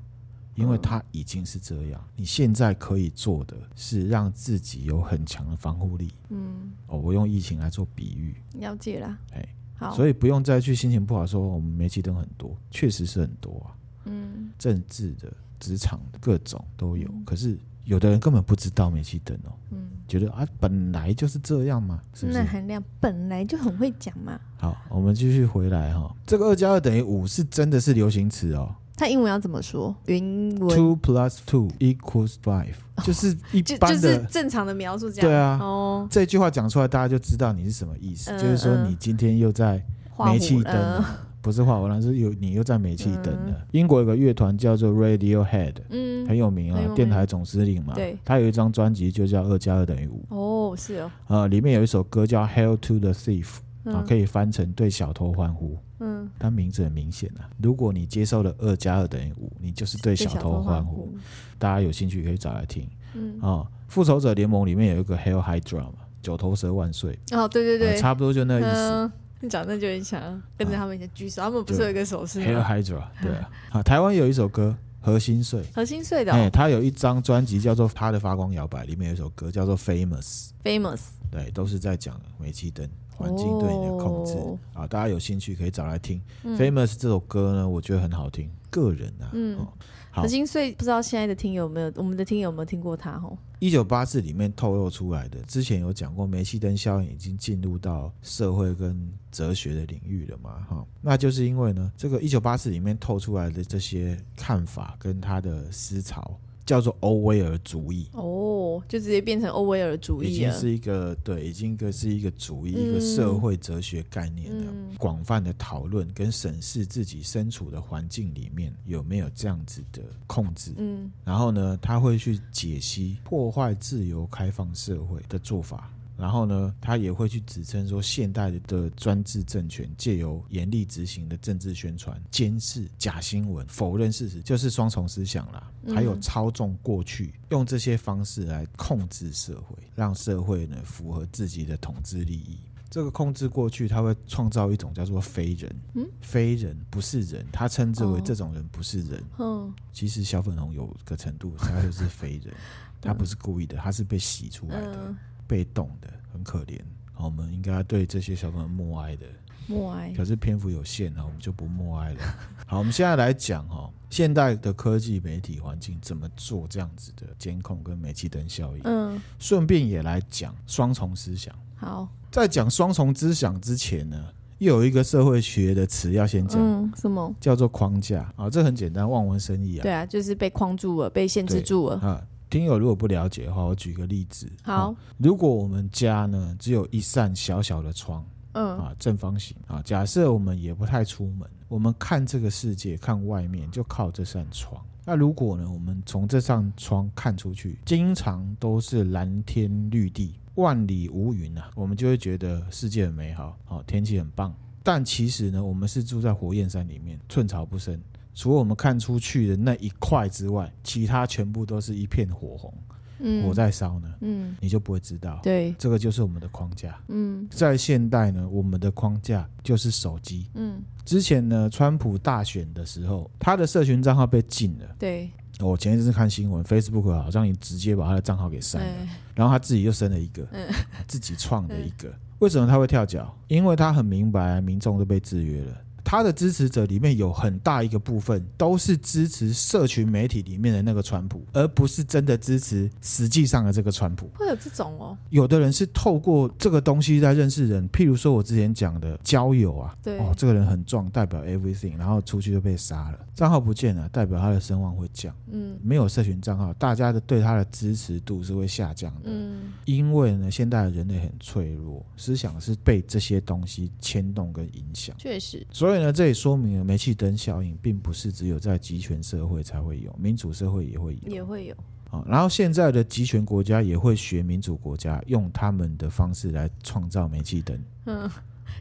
Speaker 1: 因为它已经是这样，你现在可以做的是让自己有很强的防护力。
Speaker 2: 嗯，
Speaker 1: 哦，我用疫情来做比喻，
Speaker 2: 了解啦
Speaker 1: 哎，
Speaker 2: 好，
Speaker 1: 所
Speaker 2: 以
Speaker 1: 以不用再去心情不好说我们煤气灯很多，确实是很多啊，
Speaker 2: 嗯，
Speaker 1: 政治的、职场的各种都有。
Speaker 2: 嗯
Speaker 1: 可是有的人根本不知道煤气灯哦，
Speaker 2: 嗯
Speaker 1: 觉得啊本来就是这样嘛，是不
Speaker 2: 那
Speaker 1: 是？
Speaker 2: 含量本来就很会讲嘛，
Speaker 1: 好，我们继续回来哈、这个二加二等于五是真的是流行词哦
Speaker 2: 他英文要怎么说？原文
Speaker 1: ，two plus two equals five，就是一
Speaker 2: 就哦就
Speaker 1: 般
Speaker 2: 是
Speaker 1: 的。
Speaker 2: 正常的描述这样，
Speaker 1: 对啊
Speaker 2: 哦，
Speaker 1: 这句话讲出来，大家就知道你是什么意思，
Speaker 2: 嗯
Speaker 1: 就是说
Speaker 2: 嗯
Speaker 1: 你今天又在
Speaker 2: 画
Speaker 1: 煤
Speaker 2: 虎
Speaker 1: 气灯
Speaker 2: 呃
Speaker 1: 啊、不是画完了，是有你又在煤气灯了。英国有个乐团叫做 Radiohead，很
Speaker 2: 嗯，
Speaker 1: 有名
Speaker 2: 很有
Speaker 1: 啊，
Speaker 2: 名
Speaker 1: 电台总司令嘛。
Speaker 2: 对
Speaker 1: 他有一张专辑就叫《二加二等于五
Speaker 2: 哦，是哦，》，
Speaker 1: 呃，里面有一首歌叫《Hail to the Thief》，啊，
Speaker 2: 嗯
Speaker 1: 可以翻成对小偷欢呼。
Speaker 2: 嗯，
Speaker 1: 但名字很明显啊，如果你接受了二加二等于五，你就是对小偷欢呼。，大家有兴趣可以找来听
Speaker 2: 嗯，
Speaker 1: 啊。复仇者联盟里面有一个 Hail Hydra 嘛，九头蛇万岁，
Speaker 2: 哦，对对
Speaker 1: 啊
Speaker 2: 对，
Speaker 1: 差不多就那个意思。啊
Speaker 2: 嗯，你长得就很想跟着他们一起举手，他们不是有一个手势
Speaker 1: Hail
Speaker 2: 吗？
Speaker 1: Hydra，对啊。啊，台湾有一首歌《核心碎》。
Speaker 2: 核心碎的
Speaker 1: 哎、
Speaker 2: 哦
Speaker 1: 他有一张专辑叫做《他的发光摇摆》，里面有一首歌叫做《Famous》，
Speaker 2: ，famous，
Speaker 1: 对，都是在讲煤气灯环境对你的控制、
Speaker 2: 哦
Speaker 1: 啊。大家有兴趣可以找来听。
Speaker 2: 嗯
Speaker 1: Famous》这首歌呢，我觉得很好听，个人啊，
Speaker 2: 嗯
Speaker 1: 哦，好
Speaker 2: 核，心碎，不知道现在的听友有没有，我们的听友有没有听过他？吼，
Speaker 1: 一九八四里面透露出来的，之前有讲过，煤气灯效应已经进入到社会跟哲学的领域了嘛，哈，那就是因为呢，这个一九八四里面透出来的这些看法跟他的思潮，叫做欧威尔主义。
Speaker 2: 哦，就直接变成欧威尔主
Speaker 1: 已
Speaker 2: 义
Speaker 1: 经
Speaker 2: 了，
Speaker 1: 是一个对，已经个是一个主义、
Speaker 2: 嗯
Speaker 1: 一个社会哲学概念了。
Speaker 2: 嗯
Speaker 1: 广泛的讨论跟审视自己身处的环境里面有没有这样子的控制，
Speaker 2: 嗯
Speaker 1: 然后呢，他会去解析破坏自由开放社会的做法。然后呢，他也会去指称说，现代的专制政权借由严厉执行的政治宣传、监视、假新闻、否认事实，就是双重思想啦，
Speaker 2: 嗯
Speaker 1: 还有操纵过去，用这些方式来控制社会，让社会呢符合自己的统治利益。这个控制过去，它会创造一种叫做非人，
Speaker 2: 嗯
Speaker 1: 非人不是人，他称之为
Speaker 2: 哦
Speaker 1: 这种人不是人，
Speaker 2: 嗯，
Speaker 1: 其实小粉红有个程度，他就是非
Speaker 2: <laughs>
Speaker 1: 人，他不是故意的，他是被洗出来的，
Speaker 2: 嗯
Speaker 1: 被动的，很可怜。好，我们应该对这些小粉红默哀的，
Speaker 2: 默哀，
Speaker 1: 可是篇幅有限啊，我们就不默哀了。 <laughs> 好，我们现在来讲哦，现代的科技媒体环境怎么做这样子的监控跟煤气灯效应，
Speaker 2: 嗯，
Speaker 1: 顺便也来讲双重思想。
Speaker 2: 好，
Speaker 1: 在讲双重思想之前呢，又有一个社会学的词要先讲，
Speaker 2: 嗯，什么？
Speaker 1: 叫做框架啊，这很简单，望文生义啊。
Speaker 2: 对啊，就是被框住了，被限制
Speaker 1: 对
Speaker 2: 住了。
Speaker 1: 啊，听友如果不了解的话，我举个例子。
Speaker 2: 好
Speaker 1: 啊，如果我们家呢只有一扇小小的窗
Speaker 2: 嗯
Speaker 1: 啊，正方形啊，假设我们也不太出门，我们看这个世界，看外面就靠这扇窗。那如果呢，我们从这扇窗看出去，经常都是蓝天绿地、万里无云啊，我们就会觉得世界很美好，好、天气很棒。但其实呢，我们是住在火焰山里面，寸草不生。除了我们看出去的那一块之外，其他全部都是一片火红，
Speaker 2: 嗯，
Speaker 1: 火在烧呢，
Speaker 2: 嗯，
Speaker 1: 你就不会知道。
Speaker 2: 对，
Speaker 1: 这个就是我们的框架。
Speaker 2: 嗯
Speaker 1: 在现代呢，我们的框架就是手机。
Speaker 2: 嗯，
Speaker 1: 之前呢，川普大选的时候，他的社群账号被禁了。
Speaker 2: 对，
Speaker 1: 我前一阵子看新闻，Facebook 好像也直接把他的账号给删了，
Speaker 2: 哎，
Speaker 1: 然后他自己又生了一个， <laughs>
Speaker 2: 嗯
Speaker 1: 自己创了一个。为什么他会跳脚？因为他很明白民众都被制约了，他的支持者里面有很大一个部分都是支持社群媒体里面的那个川普，而不是真的支持实际上的这个川普。
Speaker 2: 会有这种哦，
Speaker 1: 有的人是透过这个东西在认识人，譬如说我之前讲的交友啊，
Speaker 2: 对
Speaker 1: 哦，这个人很壮，代表 everything，然后出去就被杀了，账号不见了，代表他的声望会降。
Speaker 2: 嗯
Speaker 1: 没有社群账号，大家的对他的支持度是会下降的。
Speaker 2: 嗯，
Speaker 1: 因为呢，现代的人类很脆弱，思想是被这些东西牵动跟影响。
Speaker 2: 确实，
Speaker 1: 所以呢，这也说明了煤气灯效应并不是只有在集权社会才会有，民主社会也会有。
Speaker 2: 也会有，
Speaker 1: 啊，然后现在的集权国家也会学民主国家，用他们的方式来创造煤气灯。
Speaker 2: 嗯，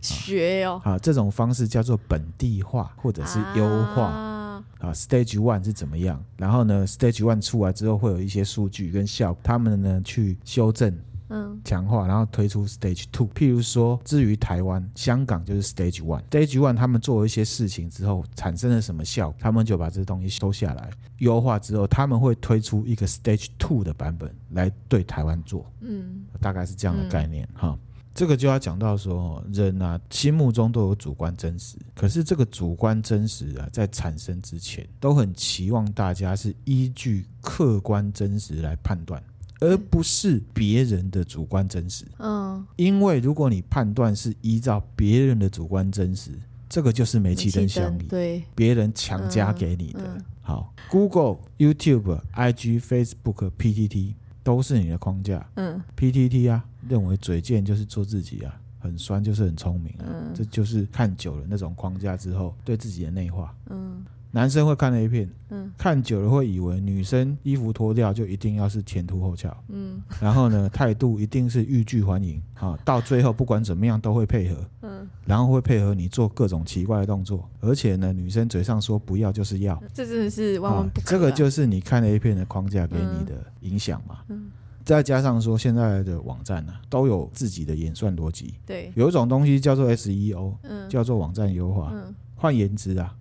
Speaker 2: 学哦，
Speaker 1: 啊，这种方式叫做本地化或者是优化。
Speaker 2: 啊
Speaker 1: 啊，Stage One 是怎么样？然后呢，Stage One 出来之后会有一些数据跟效果，他们呢去修正、
Speaker 2: 嗯
Speaker 1: 强化，然后推出 Stage Two。譬如说，至于台湾、香港就是 Stage One，Stage One 他们做了一些事情之后产生了什么效果，他们就把这东西收下来，优化之后，他们会推出一个 Stage Two 的版本来对台湾做。
Speaker 2: 嗯，
Speaker 1: 大概是这样的概念、哈。这个就要讲到说，人啊心目中都有主观真实，可是这个主观真实啊，在产生之前，都很期望大家是依据客观真实来判断，而不是别人的主观真实。
Speaker 2: 嗯，
Speaker 1: 因为如果你判断是依照别人的主观真实，这个就是煤气灯效应，
Speaker 2: 对，
Speaker 1: 别人强加给你的。
Speaker 2: 嗯嗯
Speaker 1: 好，Google、YouTube、IG、Facebook、PTT 都是你的框架。
Speaker 2: 嗯
Speaker 1: PTT 啊，认为嘴贱就是做自己啊，很酸就是很聪明啊，
Speaker 2: 嗯
Speaker 1: 这就是看久了那种框架之后对自己的内化。
Speaker 2: 嗯
Speaker 1: 男生会看 A 片，
Speaker 2: 嗯
Speaker 1: 看久了会以为女生衣服脱掉就一定要是前凸后
Speaker 2: <laughs>
Speaker 1: 翘，
Speaker 2: 嗯
Speaker 1: 然后呢态度一定是欲拒还迎，啊，到最后不管怎么样都会配合，
Speaker 2: 嗯，
Speaker 1: 然后会配合你做各种奇怪的动作，而且呢，女生嘴上说不要就是要，
Speaker 2: 这真的是万万不可啊，
Speaker 1: 这个就是你看 A 片的框架给你的影响嘛。
Speaker 2: 嗯
Speaker 1: 再加上说，现在的网站呢、都有自己的演算逻辑，
Speaker 2: 对，
Speaker 1: 有一种东西叫做 E SEO，
Speaker 2: 嗯
Speaker 1: 叫做网站优化。
Speaker 2: 嗯
Speaker 1: 换言之啊，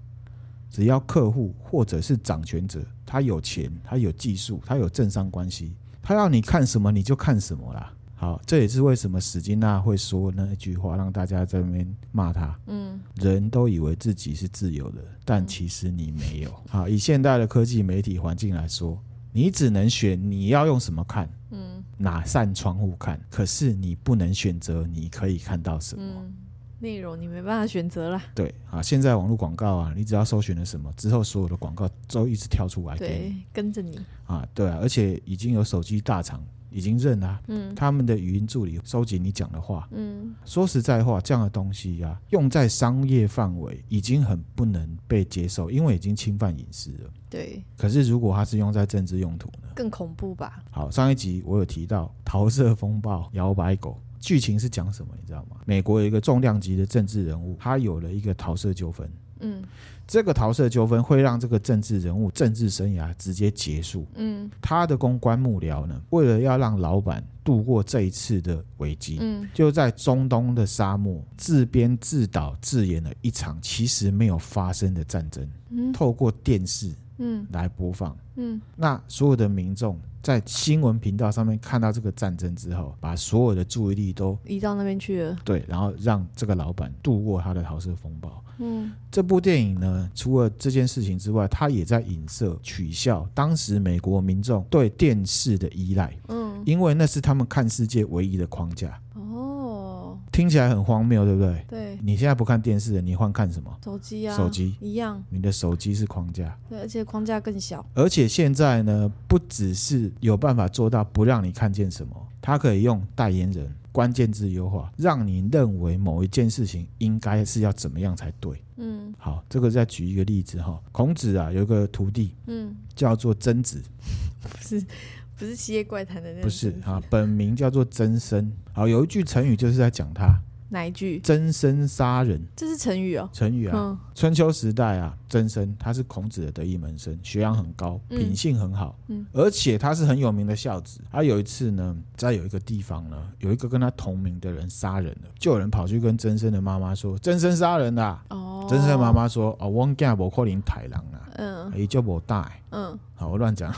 Speaker 1: 只要客户或者是掌权者，他有钱，他有技术，他有政商关系，他要你看什么你就看什么啦。好，这也是为什么史金纳会说那一句话，让大家在那边骂他。
Speaker 2: 嗯
Speaker 1: 人都以为自己是自由的，但其实你没有。好，以现代的科技媒体环境来说，你只能选你要用什么看，
Speaker 2: 嗯
Speaker 1: 哪扇窗户看，可是你不能选择你可以看到什么。
Speaker 2: 嗯，内容你没办法选择啦，
Speaker 1: 对啊，现在网络广告啊，你只要搜寻了什么之后，所有的广告都一直跳出来给
Speaker 2: 对
Speaker 1: 你，
Speaker 2: 跟着你，
Speaker 1: 啊，对啊，而且已经有手机大厂已经认啦、啊
Speaker 2: 嗯
Speaker 1: 他们的语音助理收集你讲的话。
Speaker 2: 嗯
Speaker 1: 说实在话，这样的东西啊，用在商业范围已经很不能被接受，因为已经侵犯隐私了。
Speaker 2: 对，
Speaker 1: 可是如果它是用在政治用途呢？
Speaker 2: 更恐怖吧？
Speaker 1: 好，上一集我有提到《桃色风暴》摇摆狗。剧情是讲什么，你知道吗？美国有一个重量级的政治人物，他有了一个桃色纠纷。
Speaker 2: 嗯
Speaker 1: 这个桃色纠纷会让这个政治人物政治生涯直接结束。
Speaker 2: 嗯
Speaker 1: 他的公关幕僚呢，为了要让老板度过这一次的危机，
Speaker 2: 嗯
Speaker 1: 就在中东的沙漠自编自导自演了一场其实没有发生的战争，
Speaker 2: 嗯
Speaker 1: 透过电视
Speaker 2: 嗯
Speaker 1: 来播放。
Speaker 2: 嗯
Speaker 1: 那所有的民众在新闻频道上面看到这个战争之后，把所有的注意力都
Speaker 2: 移到那边去了，
Speaker 1: 对，然后让这个老板度过他的桃色风暴。
Speaker 2: 嗯
Speaker 1: 这部电影呢，除了这件事情之外，它也在影射取笑当时美国民众对电视的依赖，
Speaker 2: 嗯
Speaker 1: 因为那是他们看世界唯一的框架。
Speaker 2: 哦，
Speaker 1: 听起来很荒谬，对不对？
Speaker 2: 对，
Speaker 1: 你现在不看电视了，你换看什么？
Speaker 2: 手机啊，
Speaker 1: 手机
Speaker 2: 一样，
Speaker 1: 你的手机是框架，
Speaker 2: 对，而且框架更小，
Speaker 1: 而且现在呢，不只是有办法做到不让你看见什么，它可以用代言人、关键字优化，让你认为某一件事情应该是要怎么样才对。
Speaker 2: 嗯
Speaker 1: 好，这个再举一个例子哈，孔子啊有一个徒弟
Speaker 2: 嗯，
Speaker 1: 叫做曾子，
Speaker 2: 不是不是《七夜怪谈》的那种
Speaker 1: 不是啊，本名叫做曾参。好，有一句成语就是在讲他
Speaker 2: 哪一句？
Speaker 1: 曾参杀人，
Speaker 2: 这是成语哦，
Speaker 1: 成语啊。
Speaker 2: 嗯
Speaker 1: 春秋时代啊，曾参他是孔子的得意门生，学养很高，
Speaker 2: 嗯
Speaker 1: 品性很好，
Speaker 2: 嗯
Speaker 1: 而且他是很有名的孝子。他有一次呢，在有一个地方呢，有一个跟他同名的人杀人了，就有人跑去跟曾参的妈妈说：“曾参杀人啦、
Speaker 2: 哦，
Speaker 1: 曾参的妈，妈说：“哦，我囝无可能太郎啦，
Speaker 2: 嗯
Speaker 1: 伊就无大。”
Speaker 2: 嗯
Speaker 1: 好，我乱讲，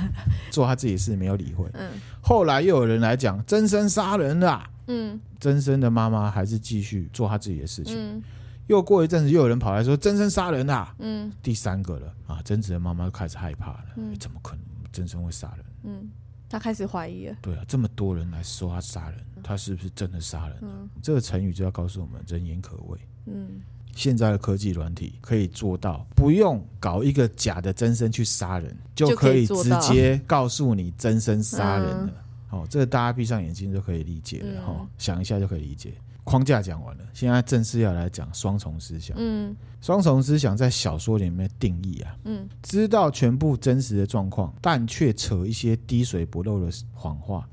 Speaker 1: <laughs> 做他自己的事没有理会。
Speaker 2: 嗯
Speaker 1: 后来又有人来讲曾参杀人啦、啊
Speaker 2: 嗯
Speaker 1: 曾参的妈妈还是继续做她自己的事情。
Speaker 2: 嗯
Speaker 1: 又过一阵子，又有人跑来说真生杀人啦、啊
Speaker 2: 嗯
Speaker 1: 第三个了啊，真子的妈妈就开始害怕了，哎
Speaker 2: 嗯
Speaker 1: 诶怎么可能真生会杀人？
Speaker 2: 嗯，他开始怀疑了。
Speaker 1: 对啊，这么多人来说他杀人，他是不是真的杀人、
Speaker 2: 嗯
Speaker 1: 这个成语就要告诉我们，人言可畏。
Speaker 2: 嗯
Speaker 1: 现在的科技软体可以做到，不用搞一个假的真身去杀人，就可以嗯直接 <laughs> 告诉你真身杀人了。好、这个大家闭上眼睛就可以理解了哈、
Speaker 2: 嗯
Speaker 1: 想一下就可以理解。框架讲完了，现在正式要来讲双重思想。
Speaker 2: 嗯
Speaker 1: 双重思想在小说里面的定义啊，
Speaker 2: 嗯
Speaker 1: 知道全部真实的状况，但却扯一些滴水不漏的谎话，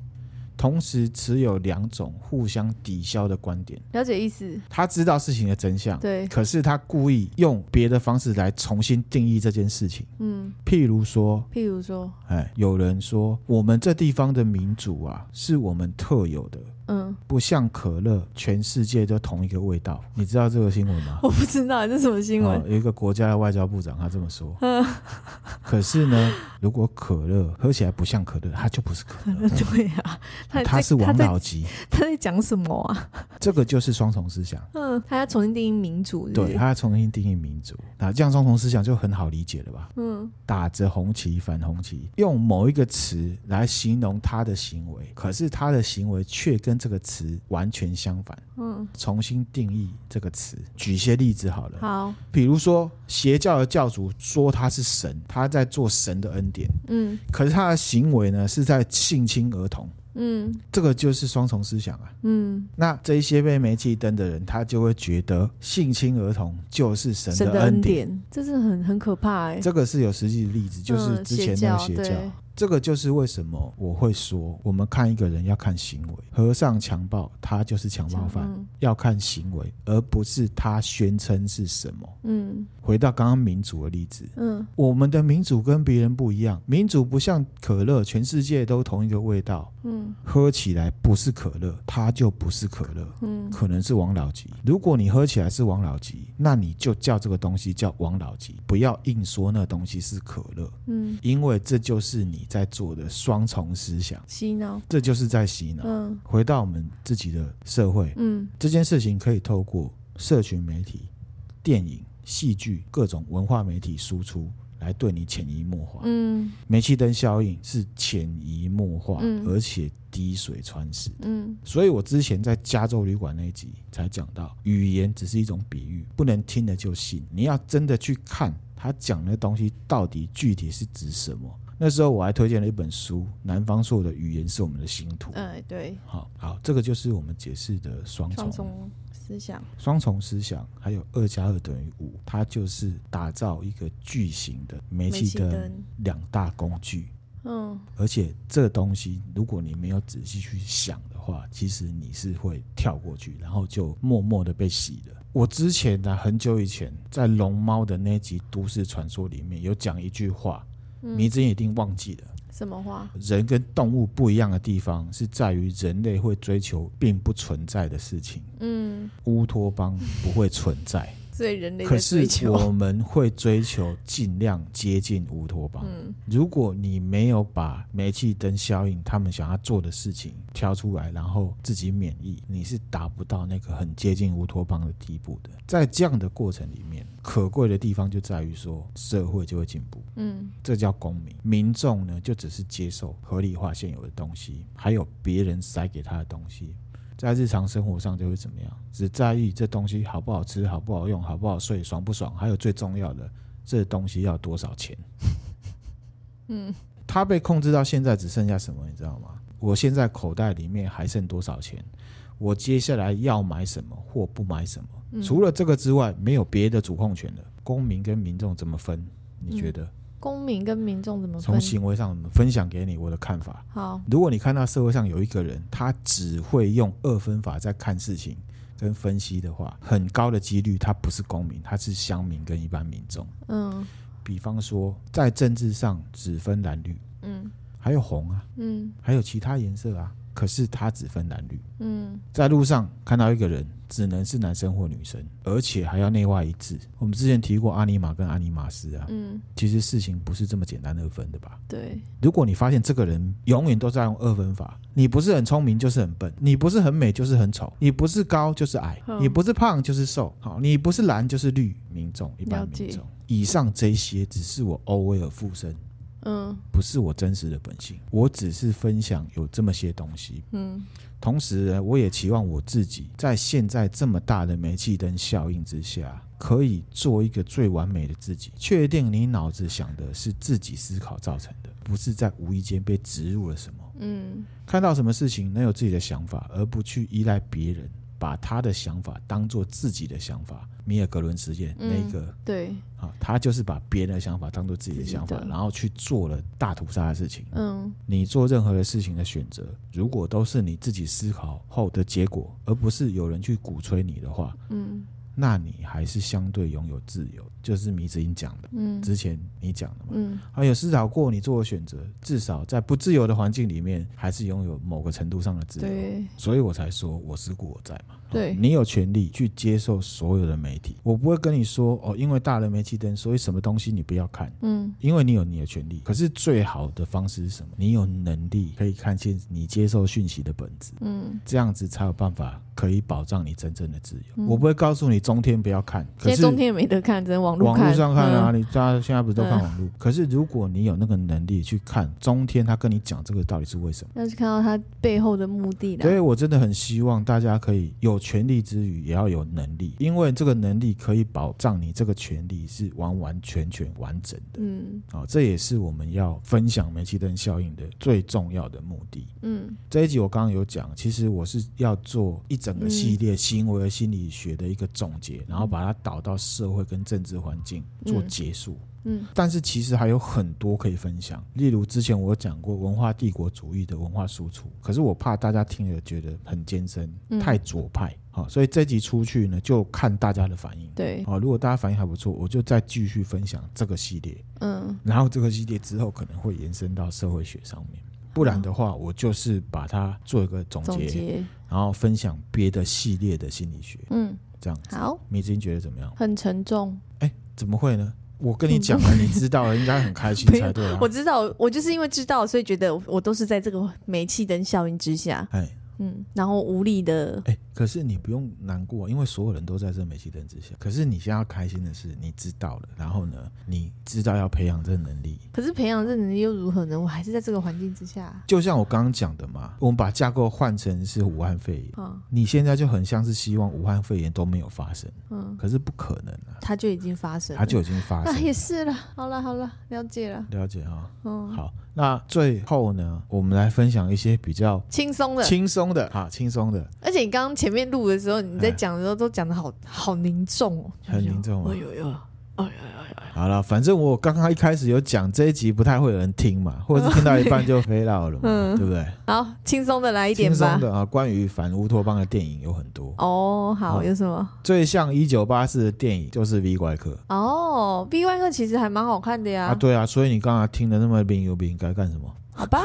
Speaker 1: 同时持有两种互相抵消的观点。
Speaker 2: 了解意思。
Speaker 1: 他知道事情的真相，
Speaker 2: 对，
Speaker 1: 可是他故意用别的方式来重新定义这件事情。
Speaker 2: 嗯，
Speaker 1: 譬如说，
Speaker 2: 譬如说，
Speaker 1: 哎，有人说我们这地方的民主啊，是我们特有的，
Speaker 2: 嗯，
Speaker 1: 不像可乐，全世界都同一个味道。你知道这个新闻吗？
Speaker 2: 我不知道这是什么哦新闻
Speaker 1: 哦。有一个国家的外交部长他这么说。
Speaker 2: <laughs>
Speaker 1: 可是呢，如果可乐喝起来不像可乐，它就不是可
Speaker 2: <laughs>
Speaker 1: 乐，
Speaker 2: 对啊，他
Speaker 1: 它
Speaker 2: 在
Speaker 1: 是王
Speaker 2: 他在
Speaker 1: 老吉。
Speaker 2: 他在讲什么啊？
Speaker 1: 这个就是双重思想。
Speaker 2: 嗯，他要重新定义民主是不是
Speaker 1: 对，他要重新定义民族，那这样双重思想就很好理解了吧？
Speaker 2: 嗯
Speaker 1: 打着红旗反红旗，用某一个词来形容他的行为，可是他的行为却跟这个词完全相反。
Speaker 2: 嗯，
Speaker 1: 重新定义这个词，举一些例子好了。
Speaker 2: 好，
Speaker 1: 比如说，邪教的教主说他是神，他在做神的恩典，
Speaker 2: 嗯
Speaker 1: 可是他的行为呢是在性侵儿童，
Speaker 2: 嗯
Speaker 1: 这个就是双重思想啊。
Speaker 2: 嗯，
Speaker 1: 那这一些被煤气灯的人，他就会觉得性侵儿童就是神
Speaker 2: 神
Speaker 1: 的
Speaker 2: 的
Speaker 1: 恩
Speaker 2: 恩
Speaker 1: 典。
Speaker 2: 典，这是很很可怕哎。
Speaker 1: 这个是有实际的例子，就是
Speaker 2: 嗯
Speaker 1: 之前那个邪
Speaker 2: 邪
Speaker 1: 教，
Speaker 2: 教对
Speaker 1: 这个就是为什么我会说，我们看一个人要看行为，和尚强暴他就是强暴犯，
Speaker 2: 嗯
Speaker 1: 要看行为，而不是他宣称是什么。
Speaker 2: 嗯
Speaker 1: 回到刚刚民主的例子，
Speaker 2: 嗯
Speaker 1: 我们的民主跟别人不一样，民主不像可乐，全世界都同一个味道，
Speaker 2: 嗯
Speaker 1: 喝起来不是可乐，它就不是可乐。
Speaker 2: 嗯
Speaker 1: 可能是王老吉。如果你喝起来是王老吉，那你就叫这个东西叫王老吉，不要硬说那东西是可乐，
Speaker 2: 嗯，
Speaker 1: 因为这就是你在做的双重思想，
Speaker 2: 洗脑，
Speaker 1: 这就是在洗脑。
Speaker 2: 嗯
Speaker 1: 回到我们自己的社会，
Speaker 2: 嗯
Speaker 1: 这件事情可以透过社群媒体、电影、戏剧各种文化媒体输出。来对你潜移默化，
Speaker 2: 嗯
Speaker 1: 煤气灯效应是潜移默化，
Speaker 2: 嗯
Speaker 1: 而且滴水穿石。
Speaker 2: 嗯
Speaker 1: 所以我之前在加州旅馆那一集才讲到，语言只是一种比喻，不能听了就信，你要真的去看他讲的东西到底具体是指什么。那时候我还推荐了一本书《南方说的语言是我们的星图》。
Speaker 2: 哎对，
Speaker 1: 好好，这个就是我们解释的双
Speaker 2: 双
Speaker 1: 重
Speaker 2: 重思想，
Speaker 1: 双重思想，还有二加二等于五，它就是打造一个巨型的煤
Speaker 2: 煤
Speaker 1: 气
Speaker 2: 气
Speaker 1: 灯
Speaker 2: 灯，
Speaker 1: 两大工具。
Speaker 2: 嗯
Speaker 1: 而且这东西，如果你没有仔细去想的话，其实你是会跳过去，然后就默默的被洗了。我之前呢、很久以前在龙猫的那集《都市传说》里面有讲一句话，
Speaker 2: 嗯
Speaker 1: 迷之音一定忘记了。
Speaker 2: 什么话？
Speaker 1: 人跟动物不一样的地方是在于人类会追求并不存在的事情，
Speaker 2: 嗯，
Speaker 1: 乌托邦不会存在，
Speaker 2: <laughs> 所以人类
Speaker 1: 可
Speaker 2: 在
Speaker 1: 是
Speaker 2: 追求，
Speaker 1: 我们会追求尽量接近乌托邦。
Speaker 2: 嗯
Speaker 1: 如果你没有把煤气灯效应他们想要做的事情挑出来，然后自己免疫，你是达不到那个很接近乌托邦的地步的。在这样的过程里面，可贵的地方就在于说，社会就会进步，
Speaker 2: 嗯
Speaker 1: 这叫公民。民众呢，就只是接受合理化现有的东西，还有别人塞给他的东西。在日常生活上就会怎么样？只在意这东西好不好吃、好不好用、好不好睡、爽不爽，还有最重要的，这东西要多少钱。
Speaker 2: <laughs> 嗯
Speaker 1: 他被控制到现在只剩下什么，你知道吗？我现在口袋里面还剩多少钱？我接下来要买什么或不买什么？
Speaker 2: 嗯
Speaker 1: 除了这个之外，没有别的主控权了。公民跟民众怎么分？你
Speaker 2: 嗯
Speaker 1: 觉得？
Speaker 2: 公民跟民众怎么
Speaker 1: 从
Speaker 2: 分？
Speaker 1: 行为上分享给你我的看法。
Speaker 2: 好，
Speaker 1: 如果你看到社会上有一个人，他只会用二分法在看事情跟分析的话，很高的几率他不是公民，他是乡民跟一般民众。
Speaker 2: 嗯
Speaker 1: 比方说，在政治上只分蓝绿，
Speaker 2: 嗯
Speaker 1: 还有红啊，
Speaker 2: 嗯
Speaker 1: 还有其他颜色啊，可是它只分蓝绿。
Speaker 2: 嗯
Speaker 1: 在路上看到一个人只能是男生或女生，而且还要内外一致。我们之前提过阿尼玛跟阿尼玛斯啊，
Speaker 2: 嗯，
Speaker 1: 其实事情不是这么简单二分的吧？
Speaker 2: 对，
Speaker 1: 如果你发现这个人永远都在用二分法，你不是很聪明就是很笨，你不是很美就是很丑，你不是高就是矮，
Speaker 2: 嗯
Speaker 1: 你不是胖就是瘦，好，你不是蓝就是绿，民众一般
Speaker 2: 了解
Speaker 1: 民众。以上这些只是我偶尔附身，
Speaker 2: 嗯
Speaker 1: 不是我真实的本性，我只是分享有这么些东西。
Speaker 2: 嗯，
Speaker 1: 同时呢，我也期望我自己在现在这么大的煤气灯效应之下，可以做一个最完美的自己。确定你脑子想的是自己思考造成的，不是在无意间被植入了什么。
Speaker 2: 嗯，
Speaker 1: 看到什么事情能有自己的想法，而不去依赖别人，把他的想法当做自己的想法。米尔格伦实验、
Speaker 2: 嗯
Speaker 1: 那个
Speaker 2: 对，
Speaker 1: 啊，他就是把别人的想法当做自己的
Speaker 2: 自己
Speaker 1: 想法，
Speaker 2: 的
Speaker 1: 然后去做了大屠杀的事情。
Speaker 2: 嗯
Speaker 1: 你做任何的事情的选择，如果都是你自己思考后的结果，而不是有人去鼓吹你的话，
Speaker 2: 嗯
Speaker 1: 那你还是相对拥有自由。就是迷之音讲的，
Speaker 2: 嗯
Speaker 1: 之前你讲的嘛。
Speaker 2: 嗯，
Speaker 1: 啊，有思考过你做的选择，至少在不自由的环境里面，还是拥有某个程度上的自由。
Speaker 2: 对
Speaker 1: 所以我才说我思故我在嘛。
Speaker 2: 对，哦
Speaker 1: 你有权利去接受所有的媒体，我不会跟你说哦，因为大人煤气灯，所以什么东西你不要看。
Speaker 2: 嗯
Speaker 1: 因为你有你的权利，可是最好的方式是什么？你有能力可以看清你接受讯息的本质，
Speaker 2: 嗯，
Speaker 1: 这样子才有办法可以保障你真正的自由。
Speaker 2: 嗯
Speaker 1: 我不会告诉你中天不要看，可
Speaker 2: 现在
Speaker 1: 是
Speaker 2: 冬天也没得看，只能网络
Speaker 1: 网
Speaker 2: 看，
Speaker 1: 络上看啊，
Speaker 2: 嗯，
Speaker 1: 你大家现在不是都看网络？可是如果你有那个能力去看中天，他跟你讲这个到底是为什么？
Speaker 2: 要去看到它背后的目的啦
Speaker 1: 所。以，我真的很希望大家可以有权利之余，也要有能力，因为这个能力可以保障你这个权利是完完全全完整的。
Speaker 2: 嗯
Speaker 1: 啊、这也是我们要分享煤气灯效应的最重要的目的。
Speaker 2: 嗯
Speaker 1: 这一集我刚刚有讲，其实我是要做一整
Speaker 2: 嗯
Speaker 1: 个系列行为心理学的一个总结，然后把它导到社会跟政治环境做结束。
Speaker 2: 嗯
Speaker 1: 但是其实还有很多可以分享，例如之前我有讲过文化帝国主义的文化输出，可是我怕大家听了觉得很艰深，
Speaker 2: 嗯
Speaker 1: 太左派，好、所以这集出去呢，就看大家的反应。
Speaker 2: 对，
Speaker 1: 好、如果大家反应还不错，我就再继续分享这个系列。
Speaker 2: 嗯
Speaker 1: 然后这个系列之后可能会延伸到社会学上面。不然的话，我就是把它做一个嗯总
Speaker 2: 总
Speaker 1: 结，
Speaker 2: 结，
Speaker 1: 然后分享别的系列的心理学，
Speaker 2: 嗯
Speaker 1: 这样子。
Speaker 2: 好，
Speaker 1: 米子英觉得怎么样？
Speaker 2: 很沉重。
Speaker 1: 哎，怎么会呢？我跟你讲了，你知道了，应该很开 <laughs> 心
Speaker 2: 没有
Speaker 1: 才对啊
Speaker 2: 我。知道，我就是因为知道，所以觉得我我都是在这个煤气灯效应之下，
Speaker 1: 哎
Speaker 2: 嗯，然后无力的，
Speaker 1: 哎，可是你不用难过，因为所有人都在这美气灯之下。可是你现在要开心的是，你知道了，然后呢，你知道要培养这能力。
Speaker 2: 可是培养这能力又如何呢？我还是在这个环境之下啊
Speaker 1: 就像我刚刚讲的嘛，我们把架构换成是武汉肺炎，
Speaker 2: 嗯
Speaker 1: 你现在就很像是希望武汉肺炎都没有发生。
Speaker 2: 嗯，
Speaker 1: 可是不可能啊，
Speaker 2: 它就已经发生了，
Speaker 1: 它就已经发
Speaker 2: 啊
Speaker 1: 生
Speaker 2: 也
Speaker 1: 了。
Speaker 2: 是了，好了好了，了解了，
Speaker 1: 了解哈、
Speaker 2: 嗯，
Speaker 1: 好，那最后呢，我们来分享一些比较
Speaker 2: 轻松的。
Speaker 1: 轻松的，哈，轻松的，
Speaker 2: 而且你刚刚前面录的时候，你在讲的时候都讲的好好凝重哦，
Speaker 1: 哎很凝重啊
Speaker 2: 哎呦呦，哎呦呦呦，
Speaker 1: 好了，反正我刚刚一开始有讲这一集不太会有人听嘛，或者是听到一半就飞到了嘛，
Speaker 2: <laughs> 嗯
Speaker 1: 对不对？
Speaker 2: 好，轻松的来一点
Speaker 1: 轻
Speaker 2: 吧
Speaker 1: 松。的啊，关于反乌托邦的电影有很多，
Speaker 2: 哦，好，
Speaker 1: 好
Speaker 2: 有什么？
Speaker 1: 最像一九八四的电影就是《V 怪客》
Speaker 2: 哦，B Y 课其实还蛮好看的呀。
Speaker 1: 啊，对啊，所以你刚刚听的那么冰有冰该干什么
Speaker 2: 好吧，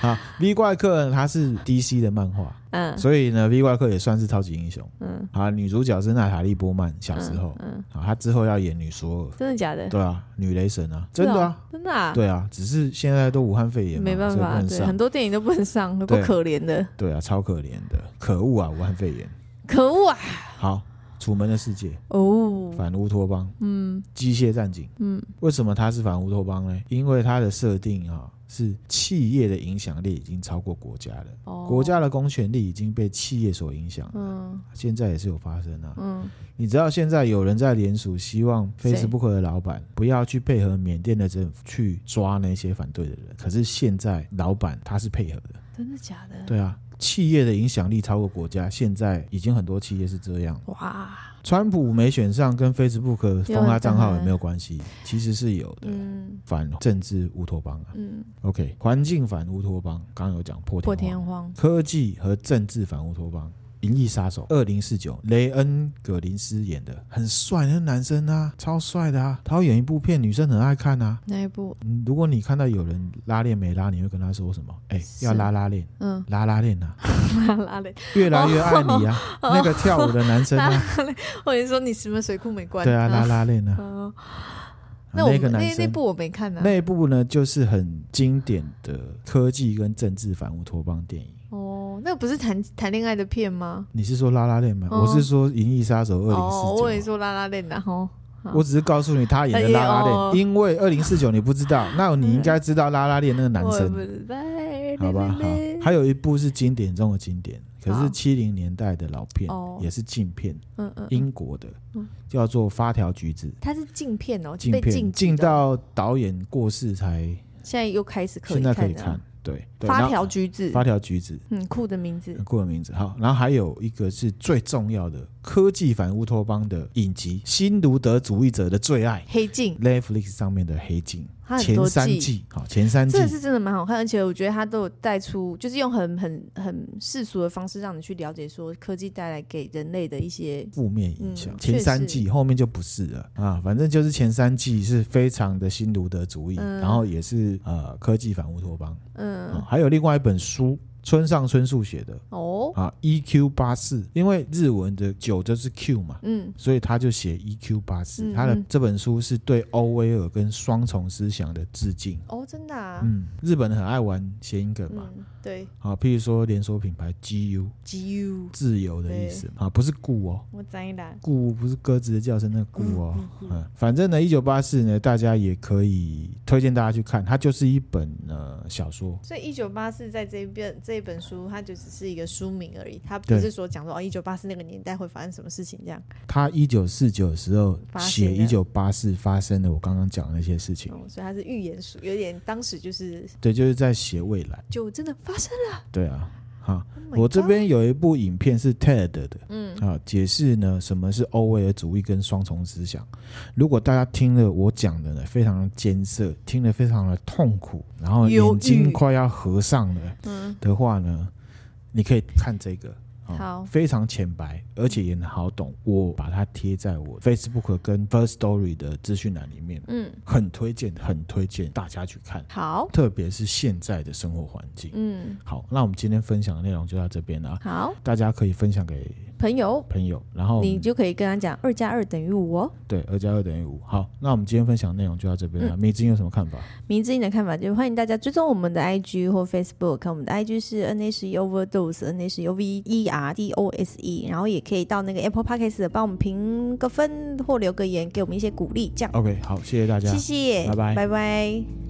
Speaker 1: 啊？《V 怪客》它是 DC 的漫画，
Speaker 2: 嗯
Speaker 1: 所以呢，《V 怪客》也算是超级英雄。
Speaker 2: 嗯，
Speaker 1: 啊，女主角是娜塔莉波曼，小时候、
Speaker 2: 嗯，嗯
Speaker 1: 啊，她之后要演女索尔，
Speaker 2: 真的假的？
Speaker 1: 对啊，女雷神啊，
Speaker 2: 是
Speaker 1: 真
Speaker 2: 哦
Speaker 1: 的啊，，
Speaker 2: 真的啊，
Speaker 1: 对啊，只是现在都武汉肺炎嘛，
Speaker 2: 没办
Speaker 1: 所以不
Speaker 2: 法，
Speaker 1: 能
Speaker 2: 对，很
Speaker 1: 上，
Speaker 2: 多电影都不能上，够
Speaker 1: 对
Speaker 2: 可怜的，
Speaker 1: 对啊，超可怜的，可恶啊，武汉肺炎。
Speaker 2: 可恶啊！
Speaker 1: 好，楚门的世界，
Speaker 2: 哦，
Speaker 1: 反乌托邦，
Speaker 2: 嗯
Speaker 1: 机械战警，
Speaker 2: 嗯，
Speaker 1: 为什么它是反乌托邦呢？因为它的设定啊。是企业的影响力已经超过国家了，
Speaker 2: 哦，
Speaker 1: 国，家的公权力已经被企业所影响了，
Speaker 2: 嗯
Speaker 1: 现在也是有发生啊。
Speaker 2: 嗯
Speaker 1: 你知道现在有人在联署，希望
Speaker 2: 谁
Speaker 1: Facebook 的老板不要去配合缅甸的政府去抓那些反对的人。可是现在老板他是配合的，
Speaker 2: 真的假的？
Speaker 1: 对啊，企业的影响力超过国家，现在已经很多企业是这
Speaker 2: 嗯
Speaker 1: 样。
Speaker 2: 哇，
Speaker 1: 川普没选上，跟 Facebook 封他账号也没有关系，其实是有的。
Speaker 2: 嗯
Speaker 1: 反政治乌托邦啊
Speaker 2: 嗯，
Speaker 1: ，OK，环境反乌托邦，刚刚有讲破
Speaker 2: 破
Speaker 1: 天
Speaker 2: 天
Speaker 1: 荒，
Speaker 2: 荒，
Speaker 1: 科技和政治反乌托邦。银翼杀手》二零四九，雷恩·葛林斯演的，很帅，那男生啊，超帅的啊。他要演一部片，女生很爱看啊。
Speaker 2: 那一部， <laughs>
Speaker 1: 嗯如果你看到有人拉链没拉，你会跟他说什么？哎、
Speaker 2: 是
Speaker 1: 要拉拉链，
Speaker 2: 嗯，
Speaker 1: 拉拉链啊，
Speaker 2: 拉拉嘞，
Speaker 1: 越来越爱你啊。那个跳舞的男生
Speaker 2: 哦拉
Speaker 1: 啊，
Speaker 2: 拉嘞，或者说你什么水库没关？
Speaker 1: 对啊，拉拉链啊。
Speaker 2: 哦，那我
Speaker 1: 啊那个
Speaker 2: 们
Speaker 1: 男
Speaker 2: 那那
Speaker 1: 生，
Speaker 2: 部我没看啊呢。
Speaker 1: 那一部呢，就是很经典的科技跟政治反乌托邦电影。
Speaker 2: 哦，那不是谈谈恋爱的片吗？
Speaker 1: 你是说拉拉链吗？
Speaker 2: 哦
Speaker 1: 我是说《银翼杀手二零四九》。
Speaker 2: 哦，我也说拉拉链的哦吼。好
Speaker 1: 我只是告诉你他演的拉拉链，
Speaker 2: 啊哎哦
Speaker 1: 因为二零四九你不知
Speaker 2: <laughs>
Speaker 1: 道，那你应该知道拉拉链那个男
Speaker 2: 我也不
Speaker 1: 生，
Speaker 2: 知道
Speaker 1: 好吧？好，还有一部是经典中的经典，可
Speaker 2: 好
Speaker 1: 是七零年代的老片
Speaker 2: 哦，
Speaker 1: 也是禁片，
Speaker 2: 嗯嗯，嗯
Speaker 1: 英国的
Speaker 2: 嗯，
Speaker 1: 叫做《发条橘子》。
Speaker 2: 它是禁片哦，
Speaker 1: 禁
Speaker 2: 被
Speaker 1: 片
Speaker 2: 禁止
Speaker 1: 禁
Speaker 2: 的
Speaker 1: 到导演过世才，
Speaker 2: 现在又开始可以
Speaker 1: 现在可以
Speaker 2: 看
Speaker 1: 看
Speaker 2: 了。。
Speaker 1: 对，对
Speaker 2: 发
Speaker 1: 然后
Speaker 2: 条橘子，
Speaker 1: 发条橘子，
Speaker 2: 嗯，酷的名字。
Speaker 1: 过的名字好，然后还有一个是最重要的科技反乌托邦的影集《新卢德主义者的最爱
Speaker 2: 黑镜》，
Speaker 1: ，Netflix 上面的《黑镜
Speaker 2: 它》很
Speaker 1: 前
Speaker 2: 多
Speaker 1: 三
Speaker 2: 季，
Speaker 1: 季，好，前三季
Speaker 2: 这个是真的蛮好看，而且我觉得它都有带出，就是用很很很世俗的方式让你去了解说科技带来给人类的一些
Speaker 1: 负面影响，
Speaker 2: 嗯
Speaker 1: 前三
Speaker 2: 确
Speaker 1: 季后面就不是了啊，反正就是前三季是非常的新卢德主义，
Speaker 2: 嗯
Speaker 1: 然后也是呃科技反乌托邦、
Speaker 2: 嗯
Speaker 1: 啊，还有另外一本书，村上春树写的
Speaker 2: 哦
Speaker 1: 啊，EQ 八四，因为日文的九就是 Q 嘛，
Speaker 2: 嗯
Speaker 1: 所以他就写 EQ 八四，
Speaker 2: 嗯
Speaker 1: 他的
Speaker 2: 嗯
Speaker 1: 这本书是对欧威尔跟双重思想的致敬。
Speaker 2: 哦真的啊
Speaker 1: 嗯，日本人很爱玩谐音梗嘛，
Speaker 2: 嗯对
Speaker 1: 啊，譬如说连锁品牌 GU
Speaker 2: G U
Speaker 1: 自由的意思啊，不是固哦，
Speaker 2: 我知啦
Speaker 1: 固不是鸽子的叫声那个固哦，
Speaker 2: 嗯嗯
Speaker 1: 嗯，反正呢，一九八四呢，大家也可以推荐大家去看，它就是一本呃小说，
Speaker 2: 所以一九八四在这一本这一本书，它就只是一个书名而已，它不
Speaker 1: 对
Speaker 2: 是说讲说哦一九八四那个年代会发生什么事情这样。
Speaker 1: 他一九四九的时候
Speaker 2: 发
Speaker 1: 写
Speaker 2: 现的
Speaker 1: 一九八四发生的我刚刚讲的那些事情，
Speaker 2: 哦，所以它是预言书，有点当时就是
Speaker 1: 对，就是在写未来，
Speaker 2: 就真的发生了。
Speaker 1: 对啊，好。
Speaker 2: Oh my
Speaker 1: 我这
Speaker 2: God
Speaker 1: 边有一部影片是 TED 的
Speaker 2: 嗯
Speaker 1: 啊，解释呢什么是欧威尔主义跟双重思想。如果大家听了我讲的呢，非常的艰涩，听得非常的痛苦，然后
Speaker 2: 忧
Speaker 1: 眼睛
Speaker 2: 郁
Speaker 1: 快要合上了
Speaker 2: 嗯
Speaker 1: 的话呢，你可以看这个。啊
Speaker 2: 好
Speaker 1: 非常浅白，而且也很好懂。我把它贴在我 Facebook 跟 First Story 的资讯栏里面，
Speaker 2: 嗯，
Speaker 1: 很推荐，很推荐大家去看，
Speaker 2: 好，
Speaker 1: 特别是现在的生活环境。
Speaker 2: 嗯
Speaker 1: 好，那我们今天分享的内容就到这边了啊。
Speaker 2: 好，
Speaker 1: 大家可以分享给
Speaker 2: 朋友，
Speaker 1: 朋友，然后
Speaker 2: 你就可以跟他讲二加二等于五哦。
Speaker 1: 对二加二等于五。好，那我们今天分享的内容就到这边了。梅子英有什么看法？
Speaker 2: 明知你的看法，就欢迎大家追踪我们的 IG 或 Facebook。看我们的 IG 是 N E A 十 Overdose N A 十 O V E R D O S E，然后也可以到那个 Apple Podcast 的帮我们评个分或留个言，给我们一些鼓励，这样。
Speaker 1: OK，好，谢谢大家，
Speaker 2: 谢谢，
Speaker 1: 拜拜
Speaker 2: 拜拜。